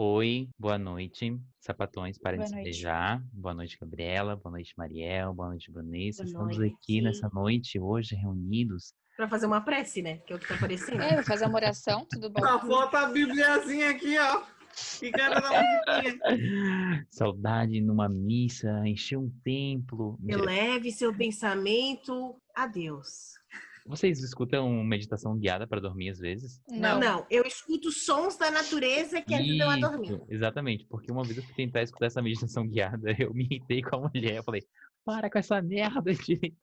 Oi, boa noite. Sapatões, parem Boa de se noite. beijar. Boa noite, Gabriela. Boa noite, Mariel. Boa noite, Brunice. Boa Estamos aqui nessa noite. noite, hoje, reunidos. Pra fazer uma prece, né? Que é o que tá aparecendo. É, eu vou fazer uma oração, tudo bom? Só falta a bibliazinha aqui, ó. Ficando na musiquinha. Saudade numa missa, encher um templo. Eleve seu pensamento a Deus. Vocês escutam meditação guiada para dormir às vezes? Não. Não. eu escuto sons da natureza que ajudam a dormir. Isso, Exatamente, porque uma vez eu fui tentar escutar essa meditação guiada, eu me irritei com a mulher. Eu falei, para com essa merda, direito.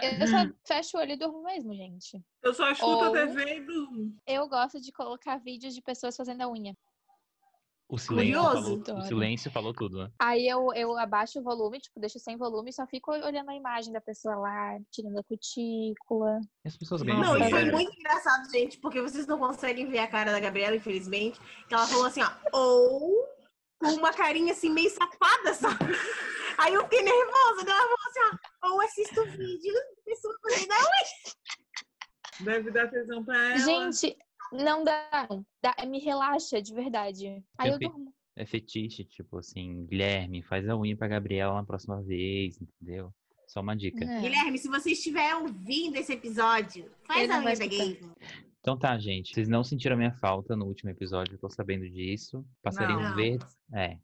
Eu só fecho o olho e durmo mesmo, gente. Eu só escuto Ou- a TV e durmo. Eu gosto de colocar vídeos de pessoas fazendo a unha. O silêncio, falou, Curioso. o silêncio falou tudo, né? Aí eu, eu abaixo o volume, tipo, deixo sem volume e só fico olhando a imagem da pessoa lá, tirando a cutícula. E As pessoas ganham Não, isso é dinheiro. muito engraçado, gente, porque vocês não conseguem ver a cara da Gabriela, infelizmente. Que ela falou assim, ó, ou com uma carinha assim meio safada, sabe? Aí eu fiquei nervosa, daí ela falou assim, ó, ou assisto vídeo, pessoa fazendo a Deve dar atenção pra ela. Gente, não dá, não. Dá- me relaxa de verdade. Aí eu Perfeito. durmo. É fetiche, tipo assim, Guilherme, faz a unha pra Gabriela na próxima vez, entendeu? Só uma dica. Uhum. É. Guilherme, se você estiver ouvindo esse episódio, faz Ele a não vai linha da escutar. game. Então tá, gente. Vocês não sentiram a minha falta no último episódio, eu tô sabendo disso. Passarinhos Não. verdes. É.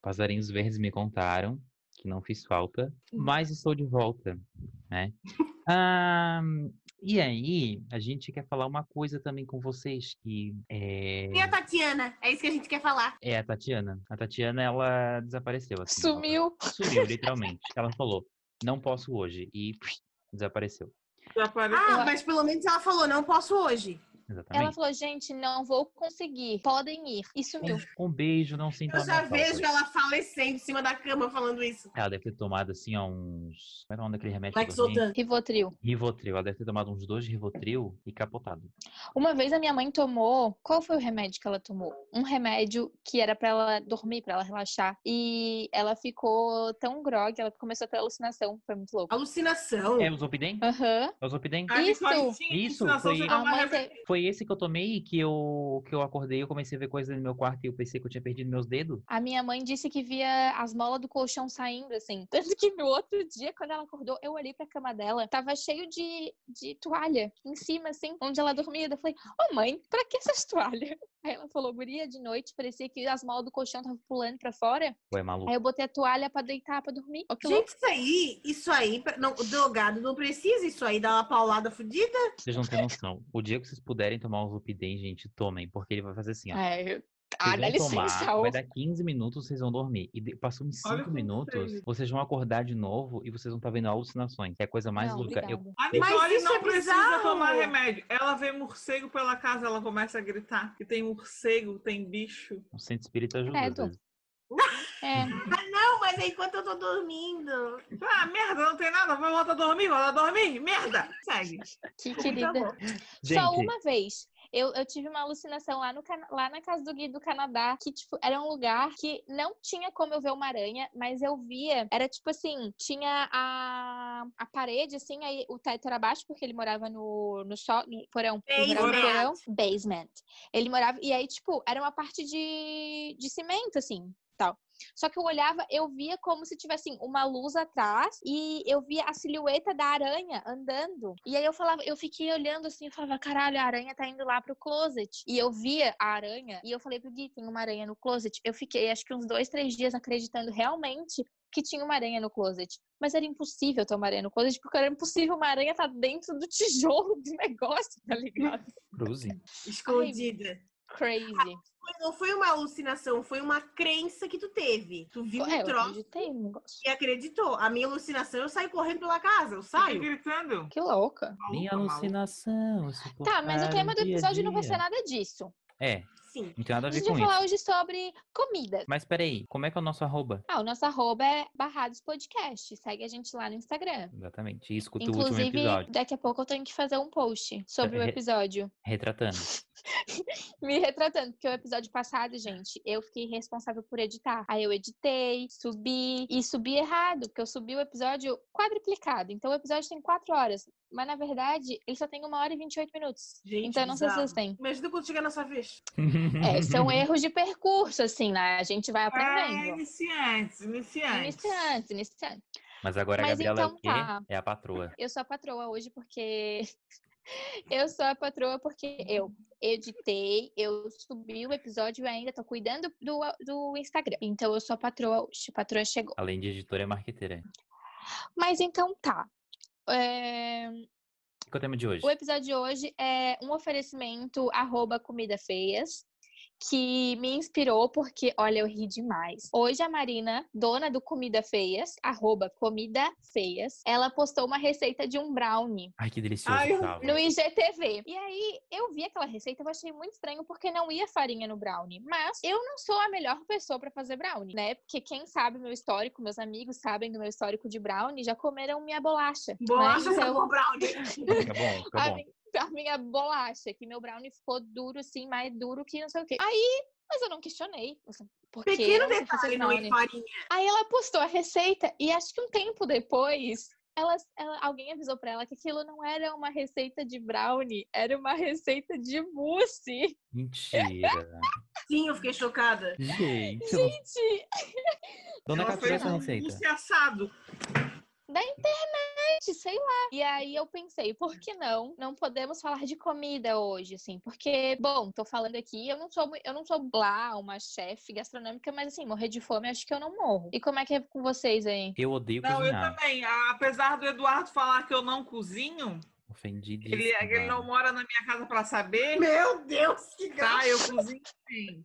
Passarinhos verdes me contaram que não fiz falta, mas estou de volta, né? Ah, e aí, a gente quer falar uma coisa também com vocês, que é, E a Tatiana? É isso que a gente quer falar. é a Tatiana. A Tatiana, ela desapareceu. Assim, ela- Sumiu. Sumiu, literalmente. Ela falou, não posso hoje. E desapareceu. Já parei. Ah, Eu- mas pelo menos ela falou, não posso hoje. Ela Exatamente. falou, gente, não vou conseguir. Podem ir. E sumiu. Um beijo, não sinta Eu a já minha falta. vejo ela falecendo em cima da cama falando isso. Ela deve ter tomado, assim, ó, uns... Como era o nome daquele remédio? que eu tomei? Lexotan. Rivotril. Rivotril. Ela deve ter tomado uns dois Rivotril e capotado. Uma vez a minha mãe tomou, qual foi o remédio que ela tomou? Um remédio que era pra ela dormir, pra ela relaxar, e ela ficou tão grogue, ela começou a ter alucinação, foi muito louco. Alucinação. É o Zolpidem? Aham. Ah, é, É o Zolpidem? Ah, isso. faz tinha Isso, ensinação, foi- você A Então, dá A uma mãe rever- é teve... Foi esse que eu tomei que eu, que eu acordei, eu comecei a ver coisas no meu quarto e eu pensei que eu tinha perdido meus dedos. A minha mãe disse que via as molas do colchão saindo, assim. Tanto que no outro dia, quando ela acordou, eu olhei pra cama dela, tava cheio de, de toalha em cima, assim, onde ela dormia. Eu falei, ô mãe, pra que essas toalhas? Aí ela falou, guria, de noite, parecia que as molas do colchão estavam pulando pra fora. Ué, maluco. É, Aí eu botei a toalha pra deitar, pra dormir. Ó, que louco. Gente, isso aí, isso aí, pra- não, o drogado não precisa isso aí, dá uma paulada fudida. Vocês é. não têm noção. O dia que vocês puderem tomar o Zolpidem, gente, tomem. Porque ele vai fazer assim, ó. É, eu- ah, Vocês vão dá licença. tomar, ó. vai dar 15 minutos, vocês vão dormir. E de- passou uns Olha 5 o conselho. minutos, vocês vão acordar de novo e vocês vão estar vendo alucinações. É a coisa mais Não, louca. Eu- obrigada. A Mas Nicole isso não é precisa bizarro. tomar remédio. Ela vê morcego pela casa, ela começa a gritar. Que tem morcego, tem bicho. o centro espírita ajuda. É, às tô- vezes. É, Não, mas é enquanto eu tô dormindo. Ah, merda, não tem nada. Vai voltar a dormir, volta a dormir. Merda! Segue. que Muito querida. amor. Só Tá Gente, uma vez. Eu, eu tive uma alucinação lá, no, Cana- lá na casa do Gui do Canadá, que, tipo, era um lugar que não tinha como eu ver uma aranha, mas eu via. Era tipo assim, tinha a, a parede, assim, aí o teto era baixo, porque ele morava no, no, só, no porão. Ele morava no Basement. porão. Basement. Ele morava. E aí, tipo, era uma parte de, de cimento, assim. tal. Só que eu olhava, eu via como se tivesse assim, uma luz atrás e eu via a silhueta da aranha andando. E aí eu falava, eu fiquei olhando assim, eu falava, caralho, a aranha tá indo lá pro closet. E eu via a aranha e eu falei pro Gui, tem uma aranha no closet. Eu fiquei acho que uns dois, três dias acreditando realmente que tinha uma aranha no closet. Mas era impossível ter uma aranha no closet, porque era impossível uma aranha estar dentro do tijolo do negócio, tá ligado? cruze. Tá Escondida. Crazy. Mas Não foi uma alucinação, foi uma crença que tu teve. Tu viu é, um eu troço acreditei no negócio. e acreditou. A minha alucinação, eu saí correndo pela casa, eu Fica saio. gritando. Que louca. Minha Maluca, alucinação. Tá, mas o suportar tema do dia a episódio não vai dia. ser nada disso. É, Sim. não tem nada A a ver gente vai com isso. falar hoje sobre comida. Mas peraí, como é que é o nosso arroba? Ah, o nosso arroba é Barrados Podcast. Segue a gente lá no Instagram. Exatamente. E escuta o último Inclusive, episódio. daqui a pouco eu tenho que fazer um post sobre o Re- episódio. Retratando. me retratando, porque o episódio passado, gente, eu fiquei responsável por editar. Aí eu editei, subi, e subi errado, porque eu subi o episódio quadruplicado. Então o episódio tem quatro horas, mas na verdade ele só tem uma hora e 28 minutos. Gente, então eu não sei se bizarro. vocês têm. Imagina quando chegar na sua vez. É, são erros de percurso, assim, né? A gente vai É, aprendendo. iniciantes, iniciantes. Iniciante, iniciante. Mas agora a Mas Gabriela é então o quê? tá. É a patroa. Eu sou a patroa hoje porque. eu sou a patroa porque eu editei, eu subi o episódio e ainda tô cuidando do, do Instagram. Então eu sou a patroa hoje. A patroa chegou. Além de editora, é marqueteira. Mas então tá. É, Qual é o tema de hoje? O episódio de hoje é um oferecimento arroba comida feias. Que me inspirou porque, olha, eu ri demais. Hoje a Marina, dona do Comida Feias, arroba Comida Feias, ela postou uma receita de um brownie. Ai, que delicioso, Ai, eu- Gustavo. No IGTV. E aí, eu vi aquela receita, eu achei muito estranho porque não ia farinha no brownie. Mas eu não sou a melhor pessoa pra fazer brownie, né? Porque quem sabe meu histórico, meus amigos sabem do meu histórico de brownie, já comeram minha bolacha. né? Mas Bolacha eu- sabor brownie. Fica bom, fica a, bom. mi- a minha bolacha, que meu brownie ficou duro assim, mais duro que não sei o quê. Aí, mas eu não questionei. assim, Porque Pequeno eu não sei detalhe, fazer não é brownie. farinha. Aí ela postou a receita e acho que um tempo depois, ela, ela- alguém avisou pra ela que aquilo não era uma receita de brownie, era uma receita de mousse. Mentira. Sim, eu fiquei chocada. Gente, eu não- Gente, de onde é que ela Ela tirou fez essa um receita? mousse assado. sei lá. E aí eu pensei, por que não? Não podemos falar de comida hoje, assim, porque, bom, tô falando aqui, eu não sou, mui- eu não sou lá uma chefe gastronômica, mas assim, morrer de fome, acho que eu não morro. E como é que é com vocês aí? Eu odeio Não, eu cozinhar. também. A- Apesar do Eduardo falar que eu não cozinho, Ofendido. ele, é- ele não mora na minha casa pra saber. Meu Deus, que Tá, graça. eu cozinho bem.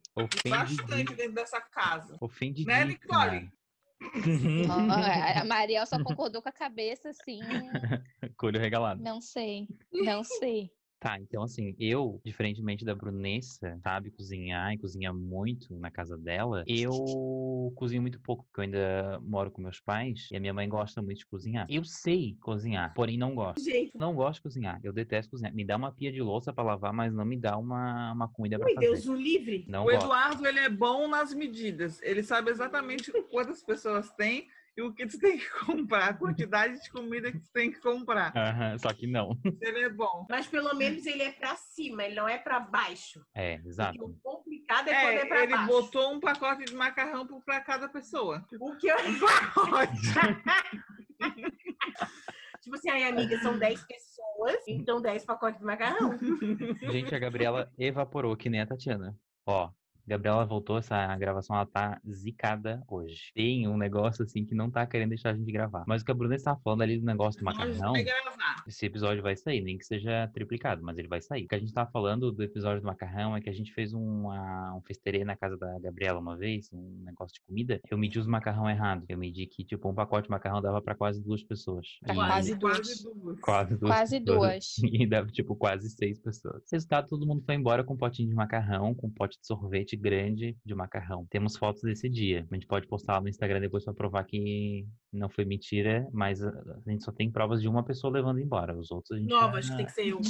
Bastante Ofendido. dentro dessa casa. Ofendido. Né, Nicole? Ó, a Mariel só concordou com a cabeça, assim, Colho regalado. não sei, não sei. Tá, então assim, eu, diferentemente da Brunessa, sabe cozinhar e cozinha muito na casa dela, eu cozinho muito pouco, porque eu ainda moro com meus pais e a minha mãe gosta muito de cozinhar. Eu sei cozinhar, porém não gosto. Gente, Não gosto de cozinhar, eu detesto cozinhar. Me dá uma pia de louça pra lavar, mas não me dá uma, uma comida pra meu fazer. Deus, o livre. Não o gosto. Eduardo, ele é bom nas medidas. Ele sabe exatamente quantas pessoas tem e o que tu tem que comprar, a quantidade de comida que tu tem que comprar. Aham, só que não. Ele é bom. Mas pelo menos ele é pra cima, ele não é pra baixo. É, Porque exato. o complicado é, quando é pra É, ele baixo. botou um pacote de macarrão pro- pra cada pessoa. O que eu... tipo assim, aí, amiga, são 10 pessoas, então 10 pacotes de macarrão. Gente, a Gabriela evaporou, que nem a Tatiana. Ó, Gabriela voltou, essa gravação ela tá zicada hoje. Tem um negócio assim que não tá querendo deixar a gente gravar. Mas o que a Bruna está falando ali do negócio do macarrão, Vai gravar. esse episódio vai sair, nem que seja triplicado, mas ele vai sair. O que a gente tá falando do episódio do macarrão é que a gente fez uma, um festerê na casa da Gabriela uma vez, um negócio de comida. Eu medi os macarrão errado. Eu medi que, tipo, um pacote de macarrão dava pra quase duas pessoas. Pra E- quase duas. Quase duas. Quase duas. Quase pessoas. duas. E dava, tipo, quase seis pessoas. Resultado, todo mundo foi embora com um potinho de macarrão, com um pote de sorvete grande de macarrão. Temos fotos desse dia. A gente pode postar lá no Instagram depois pra provar que não foi mentira, mas ah, a gente só tem provas de uma pessoa levando embora. Os outros a gente. Nova, já- acho que tem que ser eu.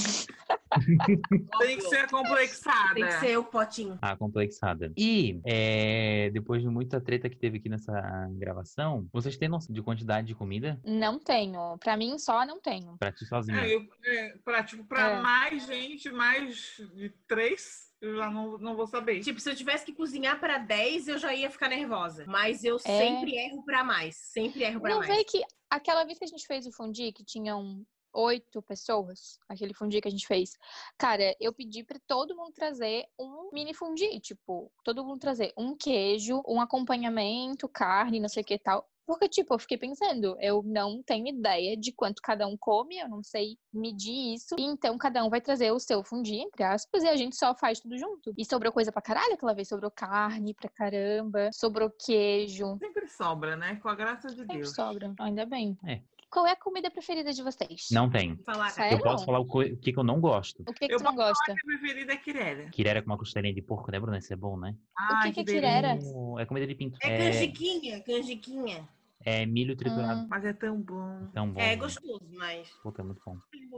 Tem que ser complexada. Tem que ser eu, potinho. Ah, complexada. E é, depois de muita treta que teve aqui nessa gravação, vocês têm noção de quantidade de comida? Não tenho. Pra mim só não tenho. Pra ti sozinha. É, eu, é, pra, tipo, pra É. mais gente, mais de três, eu já não, não vou saber. Tipo, se eu tivesse que cozinhar pra 10, eu já ia ficar nervosa. Mas eu sempre erro pra mais. Sempre erro pra Não mais. veio que aquela vez que a gente fez o fundi, que tinham oito pessoas, aquele fundi que a gente fez, cara, eu pedi pra todo mundo trazer um mini fundi, tipo, todo mundo trazer um queijo, um acompanhamento, carne, não sei o que e tal. Porque, tipo, eu fiquei pensando, eu não tenho ideia de quanto cada um come, eu não sei medir isso. E então, cada um vai trazer o seu fundi, entre aspas, e a gente só faz tudo junto. E sobrou coisa pra caralho aquela vez. Sobrou carne pra caramba, sobrou queijo, Sempre sobra, né? Com a graça de Sempre Deus. sobra, ainda bem. É. Qual é a comida preferida de vocês? Não tem. Falar, Sério? Eu posso falar o co- o que, que eu não gosto. O que, que Eu tu não gosta? Hum. Minha preferida é quirera. Quirera com uma costelinha de porco, né, Bruna? Isso é bom, né? Ai, que é delícia. quirera? Hum, É comida de pinto. É é- canjiquinha, canjiquinha. É milho Ah. triturado. Mas é tão bom. Tão bom. É né? gostoso, mas. Puta, é muito bom.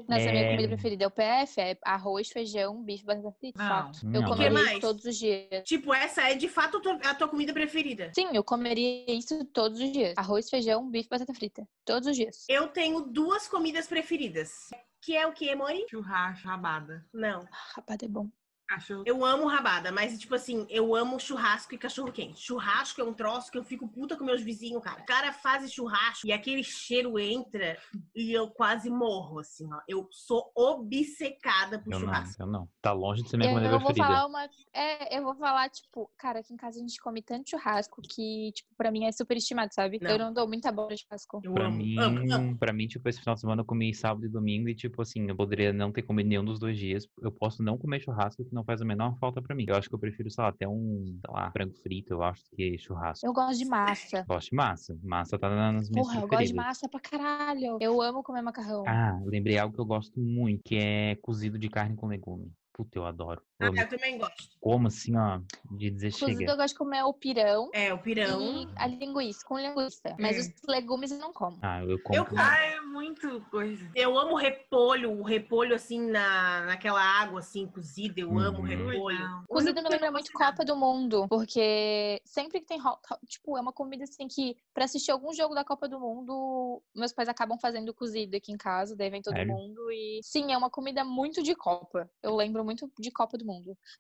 Nossa, a minha É. comida preferida é o PF, é arroz, feijão, bife, batata frita, Não. fato. Eu Não, comeria mas- isso todos os dias. Tipo, essa é de fato a tua- a tua comida preferida. Sim, eu comeria isso todos os dias. Arroz, feijão, bife, batata frita. Todos os dias. Eu tenho duas comidas preferidas. Que é o que, Mori? Churrasco, rabada. Não. Ah, Rabada é bom. Cachorro. Eu amo rabada, mas tipo assim, eu amo churrasco e cachorro quente. Churrasco é um troço que eu fico puta com meus vizinhos, cara. O cara faz churrasco e aquele cheiro entra e eu quase morro, assim, ó. Eu sou obcecada por Eu não, churrasco. eu não. Tá longe de ser minha Eu, comida eu vou preferida. falar uma. É, eu vou falar, tipo, cara, aqui em casa a gente come tanto churrasco que, tipo, pra mim é super estimado, sabe? Não. Eu não dou muita bola de churrasco. Eu Pra amo, mim, amo, amo. pra mim, tipo, esse final de semana eu comi sábado e domingo e, tipo, assim, eu poderia não ter comido nenhum dos dois dias. Eu posso não comer churrasco, que não faz a menor falta pra mim. Eu acho que eu prefiro, sei lá, até um, sei lá, frango frito, eu acho, que churrasco. Eu gosto de massa. Gosto de massa. Massa tá na- nas minhas Porra, eu gosto de preferidas. massa pra caralho. Eu amo comer macarrão. Ah, eu lembrei algo que eu gosto muito, que é cozido de carne com legume. Puta, eu adoro. Ah, Eu me tá. eu também gosto. como assim, ó, de dizer Inclusive, chega. eu gosto de comer o pirão É, o pirão. e a linguiça, com linguiça. Mas Hum. os legumes eu não como. Ah, eu como. Eu com- Ah, é muito coisa. Eu amo repolho, o repolho assim na, naquela água assim cozida, eu amo É Uhum. o repolho. Cozido me lembra é muito Copa do Mundo, porque sempre que tem. ro- ro- Tipo, é uma comida assim que, pra assistir algum jogo da Copa do Mundo, meus pais acabam fazendo cozido aqui em casa, daí vem todo Sério? mundo. E sim, é uma comida muito de Copa. Eu lembro muito de Copa do Mundo.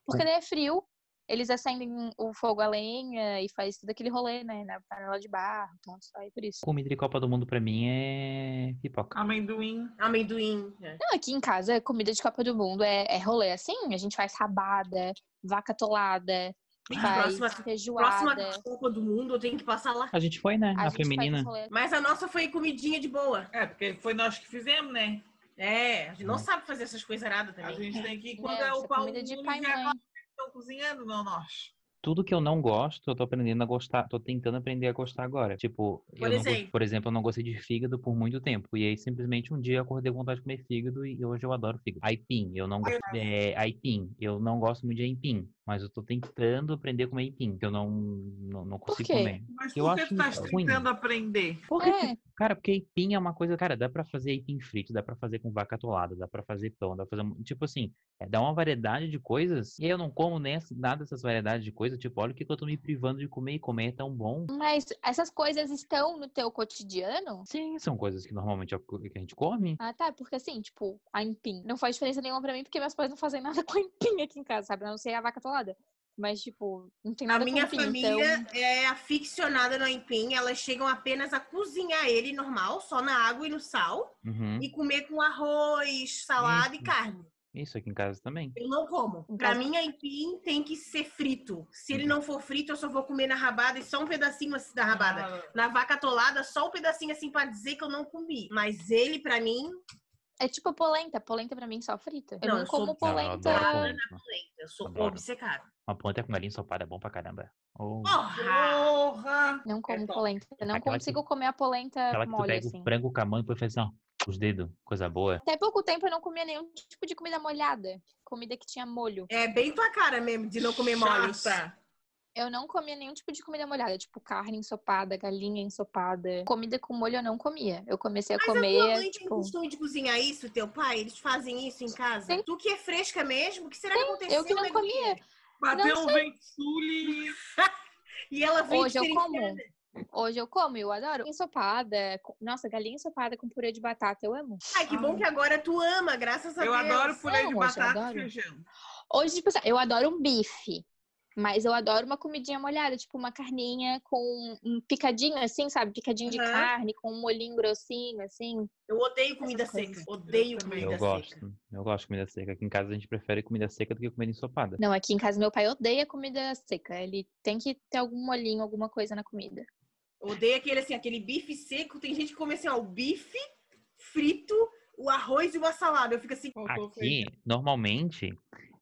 Porque daí é frio, eles acendem o fogo a lenha e faz tudo aquele rolê, né? Na panela de barro, então só aí por isso. Comida de Copa do Mundo pra mim é pipoca. Ah, Amendoim. Amendoim. né? Não, aqui em casa, comida de Copa do Mundo é, é rolê assim, a gente faz rabada, vaca tolada, Gente, faz próxima- feijoada. Próxima é. Copa do Mundo, eu tenho que passar lá. A gente foi, né? A na gente faz feminina. esse rolê. Mas a nossa foi comidinha de boa. É, porque foi nós que fizemos, né? É, a gente não Hum. sabe fazer essas coisas aradas A também. gente tem que. Não, Quando é, isso o é pau comida de mundo, pai e já mãe. nós estamos cozinhando, não nós. Tudo que eu não gosto, eu tô aprendendo a gostar, tô tentando aprender a gostar agora. Tipo, eu Por não gos- exemplo? por exemplo, eu não gostei de fígado por muito tempo. E aí, simplesmente, um dia eu acordei com vontade de comer fígado e hoje eu adoro fígado. Aipim, eu não gosto. É, aipim, eu não gosto muito de aipim, mas eu tô tentando aprender a comer aipim, que eu não, não, não consigo quê? comer. Mas Eu por que acho tu estás ruim. tentando aprender? Porque, É. tipo, cara, porque aipim é uma coisa, cara, dá pra fazer aipim frito, dá pra fazer com vaca atolada, dá pra fazer pão, dá pra fazer, mu- tipo assim, é, dá uma variedade de coisas, e eu não como nem essa- nada dessas variedades de coisas, tipo, olha o que que eu tô me privando de comer, e comer é tão bom. Mas essas coisas estão no teu cotidiano? Sim, são coisas que normalmente é o que a gente come. Ah, tá, porque assim, tipo, a empim não faz diferença nenhuma pra mim, porque meus pais não fazem nada com a empim aqui em casa, sabe? A não ser a vaca atolada. Mas, tipo, não tem A nada minha com empim, família então... é aficionada no aipim. Elas chegam apenas a cozinhar ele normal, só na água e no sal, Uhum. e comer com arroz, salada e Isso. carne. Isso aqui em casa também. Eu não como. Em Pra casa- mim, aipim tem que ser frito. Se ele não for frito, eu só vou comer na rabada e só um pedacinho assim da Uhum. rabada. Na vaca atolada, só um pedacinho assim pra dizer que eu não comi. Mas ele, pra mim, É tipo a polenta. Polenta pra mim só frita. Eu Não, não, eu sou- como Não, Ah, eu polenta. adoro polenta. eu sou Adoro. obcecada. Uma polenta com galinha ensopada é bom pra caramba. Ou Porra! Porra! Não como top. polenta. Não É Aquela que- consigo comer a polenta aquela que tu mole, pega assim. o frango com a mão e depois faz assim, ó, os dedos, coisa boa. Até pouco tempo eu não comia nenhum tipo de comida molhada. Comida que tinha molho. É bem tua cara mesmo de não comer mole. Chata. Eu não comia nenhum tipo de comida molhada, tipo carne ensopada, galinha ensopada. Comida com molho eu não comia. Eu comecei a Mas a tua comer, mãe tem tipo, costume de cozinhar isso, teu pai? Eles fazem isso em casa? Sim. Tu que é fresca mesmo? O que será que aconteceu? eu que não né, comia. guria? Bateu um ventule. E ela veio Hoje eu como. diferenciada. Hoje eu como, eu adoro. Ensopada, com- nossa, galinha ensopada com purê de batata, eu amo. Ai, que bom que agora tu ama, graças a Ah. Eu Deus. adoro purê de Não, moça, eu batata e adoro. feijão. Hoje, tipo, assim, eu adoro um bife, mas eu adoro uma comidinha molhada, tipo uma carninha com um picadinho assim, sabe? Picadinho de Aham. carne, com um molhinho grossinho, assim. Eu odeio comida Essas coisas. seca. Odeio Eu também. comida Eu seca. gosto. Eu gosto de comida seca. Aqui em casa a gente prefere comida seca do que comida ensopada. Não, aqui em casa meu pai odeia comida seca. Ele tem que ter algum molhinho, alguma coisa na comida. Odeio aquele assim, aquele bife seco. Tem gente que come assim, ó, o bife frito, o arroz e uma salada. Eu fico assim, Faltou Aqui, normalmente,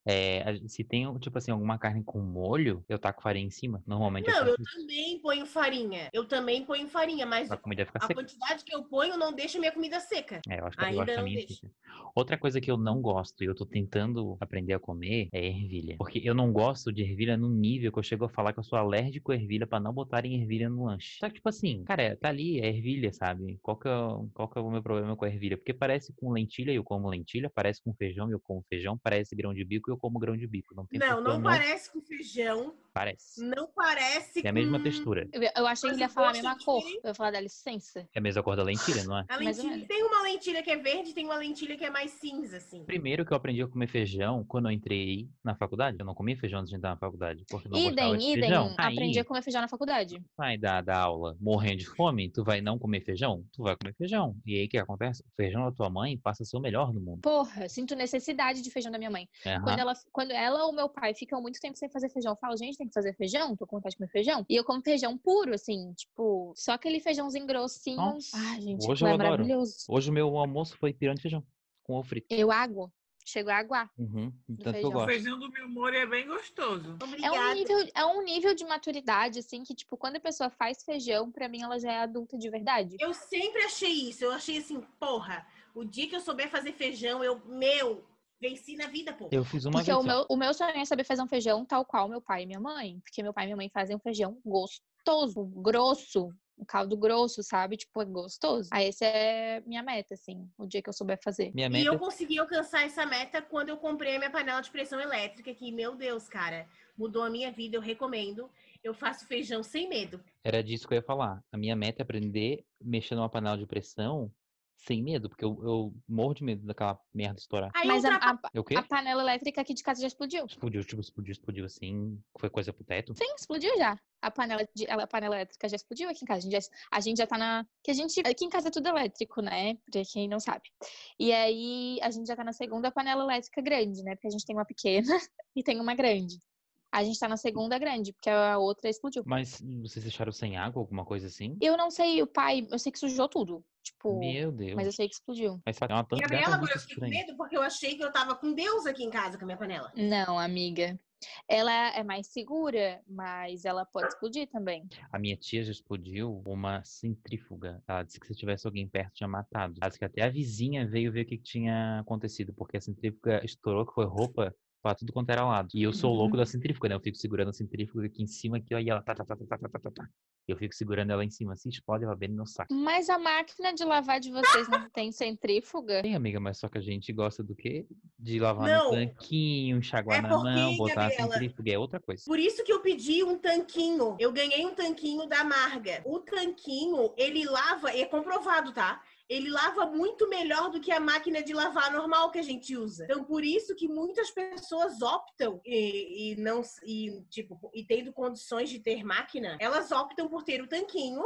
É, a- se tem, tipo assim, alguma carne com molho, eu taco farinha em cima. Normalmente eu Não, eu faço isso. também ponho farinha. Eu também ponho farinha, mas A comida fica a seca. quantidade que eu ponho não deixa minha comida seca. É, eu acho que eu Ainda gosto não também. deixo. assim. Outra coisa que eu não gosto e eu tô tentando aprender a comer é ervilha. Porque eu não gosto de ervilha no nível que eu chego a falar que eu sou alérgico a ervilha pra não botarem ervilha no lanche. Só que, tipo assim, cara, tá ali, é ervilha, sabe? Qual que é, o- qual que é o meu problema com a ervilha? Porque parece com lentilha e eu como lentilha, parece com feijão e eu como feijão, parece grão de bico e eu como grão de bico. Não tem Não, porque eu não parece com feijão, parece. não parece É a mesma com textura. Eu, eu achei que ele ia Mas o falar a gosto é mesma cor. diferente. Eu ia falar, dá licença. É a mesma cor da lentilha, não é? A Mais ou lentilha, menos. tem uma lentilha que é verde, tem uma lentilha que é mais cinza, assim. Primeiro que eu aprendi a comer feijão quando eu entrei na faculdade. Eu não comia feijão antes de entrar na faculdade, porque eu não gostava Idem, de idem. feijão. Aí, Aprendi a comer feijão na faculdade. sai da, da aula morrendo de fome, tu vai não comer feijão? Tu vai comer feijão. E aí o que acontece? O feijão da tua mãe passa a ser o melhor do mundo. né? Porra, sinto necessidade de feijão da minha mãe. Aham. Quando, ela, quando ela ou meu pai ficam muito tempo sem fazer feijão, eu falo, gente, tem que fazer feijão? Tô com vontade de comer feijão. E eu como feijão puro, assim, tipo, só aquele feijãozinho grossinho. Nossa, Ai, gente, hoje aquilo eu é adoro. maravilhoso. Hoje o meu almoço foi pirão de feijão com ovo frito. Eu água. Chego a aguar. Uhum. Tanto que eu feijão. O gosto. feijão do meu molho é bem gostoso. É Então, Obrigada. um, nível, é um nível de maturidade, assim, que, tipo, quando a pessoa faz feijão, pra mim ela já é adulta de verdade. Eu sempre achei isso. Eu achei assim, porra, o dia que eu souber fazer feijão, eu, meu, venci na vida, pô. Eu fiz uma Porque vez. o só. meu, o meu sonho é saber fazer um feijão tal qual meu pai e minha mãe. Porque meu pai e minha mãe fazem um feijão gostoso, grosso. Um caldo grosso, sabe? Tipo, é gostoso. Aí essa é minha meta, assim, o dia que eu souber fazer. Minha E meta. eu consegui alcançar essa meta quando eu comprei a minha panela de pressão elétrica, que, meu Deus, cara, mudou a minha vida, eu recomendo. Eu faço feijão sem medo. Era disso que eu ia falar. A minha meta é aprender a mexer numa panela de pressão sem medo, porque eu, eu morro de medo daquela merda estourar. Aí Mas eu a, ultrapa- a- É o quê? a panela elétrica aqui de casa já explodiu. Explodiu, tipo, explodiu, explodiu assim. Foi coisa pro teto. Sim, explodiu já. A panela, de, ela- a panela elétrica já explodiu aqui em casa. A gente já, a gente já tá na. Que a gente, aqui em casa é tudo elétrico, né? Pra quem não sabe. E aí a gente já tá na segunda panela elétrica grande, né? Porque a gente tem uma pequena e tem uma grande. A gente tá na segunda grande, porque a outra explodiu. Mas hum, vocês deixaram sem água, alguma coisa assim? Eu não sei, o pai, eu sei que sujou tudo. Tipo, Meu Deus. mas eu sei que explodiu. Mas sabe, é uma tanto assim, Gabriela, agora eu fiquei com medo porque eu achei que eu tava com Deus aqui em casa com a minha panela. Não, amiga. Ela é mais segura, mas ela pode explodir também. A minha tia já explodiu uma centrífuga. Ela disse que se tivesse alguém perto tinha matado. Ela disse que até a vizinha veio ver o que que tinha acontecido, porque a centrífuga estourou, que foi roupa pra tudo quanto era lado. E eu sou o louco Uhum. da centrífuga, né? Eu fico segurando a centrífuga aqui em cima, aqui, ó, e ela tá, tá, tá, tá, tá, tá, tá, tá. Eu fico segurando ela em cima, se explode, ela vem no meu saco. Mas a máquina de lavar de vocês não tem centrífuga? Bem, amiga, mas só que a gente gosta do quê? De lavar no Não. tanquinho, enxaguar É na porque, mão, botar Gabriela- a centrífuga, é outra coisa. Por isso que eu pedi um tanquinho. Eu ganhei um tanquinho da Marga. O tanquinho, ele lava, e é comprovado, tá? Ele lava muito melhor do que a máquina de lavar normal que a gente usa. Então, por isso que muitas pessoas optam e, e não e tipo e tendo condições de ter máquina, elas optam por ter o tanquinho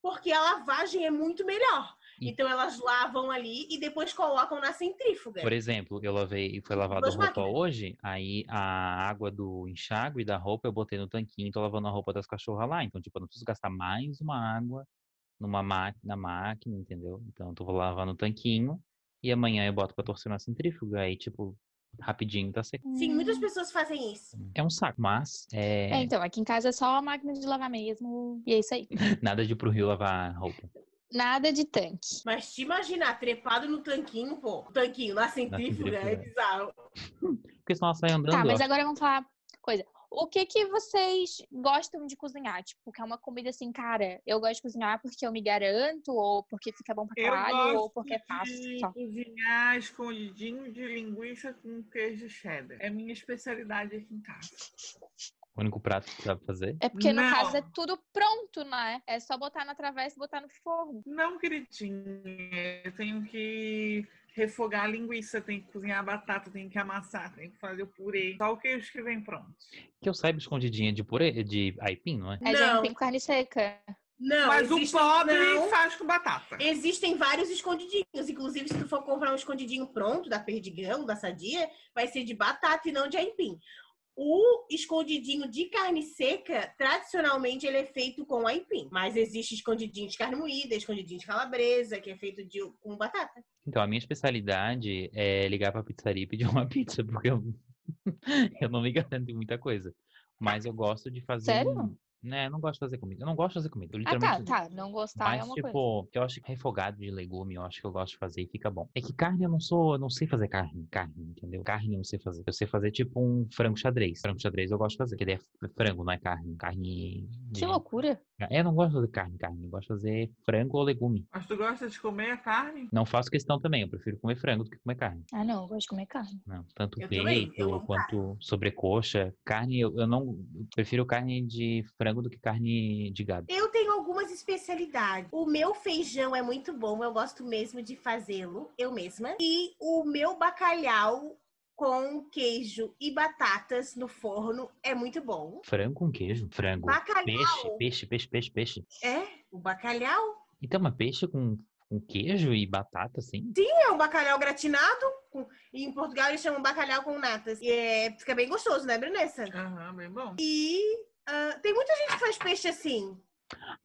porque a lavagem é muito melhor. E- Então elas lavam ali e depois colocam na centrífuga. Por exemplo, eu lavei, foi lavada a é. duas roupa máquinas. hoje, aí a água do enxágue e da roupa eu botei no tanquinho e tô lavando a roupa das cachorras lá. Então, tipo, eu não preciso gastar mais uma água numa ma- na máquina, entendeu? Então, eu vou lavar no tanquinho e amanhã eu boto pra torcer na centrífuga, aí, tipo, rapidinho tá seco. Sim, muitas pessoas fazem isso. É um saco, mas é, É, então, aqui em casa é só a máquina de lavar mesmo. E é isso aí. nada de ir pro rio lavar roupa. Nada de tanque. Mas te imaginar trepado no tanquinho, pô. Tanquinho, na centrífuga, centrífuga, é é. bizarro. Porque senão ela sai andando. Tá, ó. mas agora vamos falar coisa. O que que vocês gostam de cozinhar? Tipo, que é uma comida assim, cara, eu gosto de cozinhar porque eu me garanto, ou porque fica bom pra Eu caralho, ou gosto porque é fácil. de Só. cozinhar escondidinho de linguiça com queijo cheddar. É minha especialidade aqui em casa. O único prato que tu sabe fazer. É porque no caso é Não. tudo pronto, né? É só botar na travessa e botar no forno. Não, queridinha, eu tenho que refogar a linguiça, tenho que cozinhar a batata, tenho que amassar, tenho que fazer o purê. Só o queijo que vem pronto. Que eu saiba escondidinha de purê, de aipim, não é? É de Não. aipim com carne seca. Não, Mas o existem- pobre não. faz com batata. Existem vários escondidinhos. Inclusive, se tu for comprar um escondidinho pronto, da Perdigão, da Sadia, vai ser de batata e não de aipim. O escondidinho de carne seca, tradicionalmente, ele é feito com aipim. Mas existe escondidinho de carne moída, escondidinho de calabresa, que é feito de, com batata. Então, a minha especialidade é ligar pra pizzaria e pedir uma pizza, porque eu eu não me garanto em muita coisa. Mas eu gosto de fazer. Sério? um- Né, eu não gosto de fazer comida. Eu não gosto de fazer comida. Eu Ah, literalmente tá, tá. Não gostar Mas, é uma tipo, coisa. eu acho que refogado de legume, eu acho que eu gosto de fazer e fica bom. É que carne eu não sou, eu não sei fazer carne, carne, entendeu? Carne eu não sei fazer. Eu sei fazer tipo um frango xadrez. Frango xadrez eu gosto de fazer, porque daí é frango, não é carne. Carne. Que de- loucura. É, eu não gosto de fazer carne, carne. Eu gosto de fazer frango ou legume. Mas tu gosta de comer a carne? Não faço questão também, eu prefiro comer frango do que comer carne. Ah, não, eu gosto de comer carne. Não, tanto Eu também, eu peito amo quanto sobrecoxa. Carne, eu, eu não. eu prefiro carne de frango do que carne de gado. Eu tenho algumas especialidades. O meu feijão é muito bom, eu gosto mesmo de fazê-lo, eu mesma. E o meu bacalhau com queijo e batatas no forno é muito bom. Frango com queijo? Frango. Bacalhau Peixe, peixe, peixe, peixe, peixe. é o bacalhau. Então, mas peixe com, com queijo e batata, assim? É um bacalhau gratinado. com- E em Portugal eles chamam bacalhau com natas. E é, fica bem gostoso, né, Brunessa? Aham, bem bom. E ah, tem muita gente que faz peixe assim.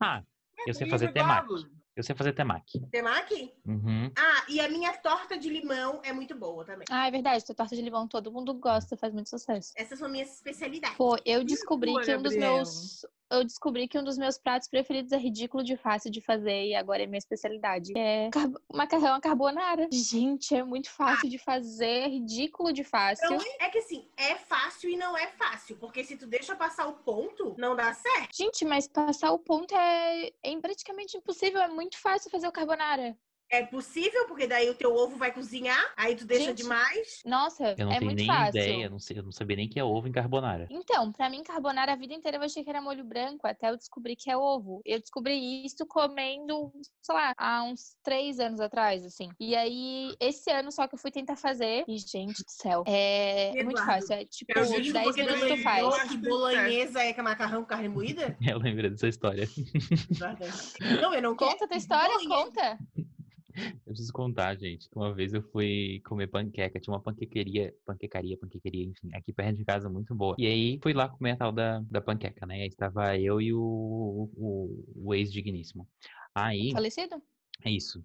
Ah, eu sei E fazer temaki. jogado? Eu sei fazer temaki. Temaki? Uhum. Ah, e a minha torta de limão é muito boa também. Ah, é verdade. Tua torta de limão todo mundo gosta, faz muito sucesso. Essas são minhas especialidades. Pô, eu descobri boa, que um dos Gabriela. meus. Eu descobri que um dos meus pratos preferidos é ridículo de fácil de fazer e agora é minha especialidade. que É car- macarrão à carbonara. Gente, é muito fácil de fazer, é ridículo de fácil. Então, é que assim, é fácil e não é fácil. Porque se tu deixa passar o ponto, não dá certo. Gente, mas passar o ponto é, é praticamente impossível, é muito fácil fazer o carbonara. É possível, porque daí o teu ovo vai cozinhar, aí tu deixa Gente. demais. Nossa, Eu não é tenho muito nem fácil. ideia, eu não, sei, eu não sabia nem que é ovo em carbonara. Então, pra mim, carbonara a vida inteira eu achei que era molho branco, até eu descobri que é ovo. Eu descobri isso comendo, sei lá, há uns três anos atrás, assim. E aí, esse ano só que eu fui tentar fazer. E, gente do céu, é muito Eduardo, fácil. É tipo, eu juro 10 que minutos porque tu também faz. eu Ou acho que que bolonhesa é que é macarrão com carne moída? Eu lembro dessa história. não, eu não Conta a tua história, Bolonhesa. conta. Eu preciso contar, gente, que uma vez eu fui comer panqueca. Tinha uma panquequeria, panquecaria, panquequeria, enfim, aqui perto de casa, muito boa. E aí fui lá comer a tal da, da panqueca, né? Aí estava eu e o, o, o ex-digníssimo. Aí. Falecido? É isso.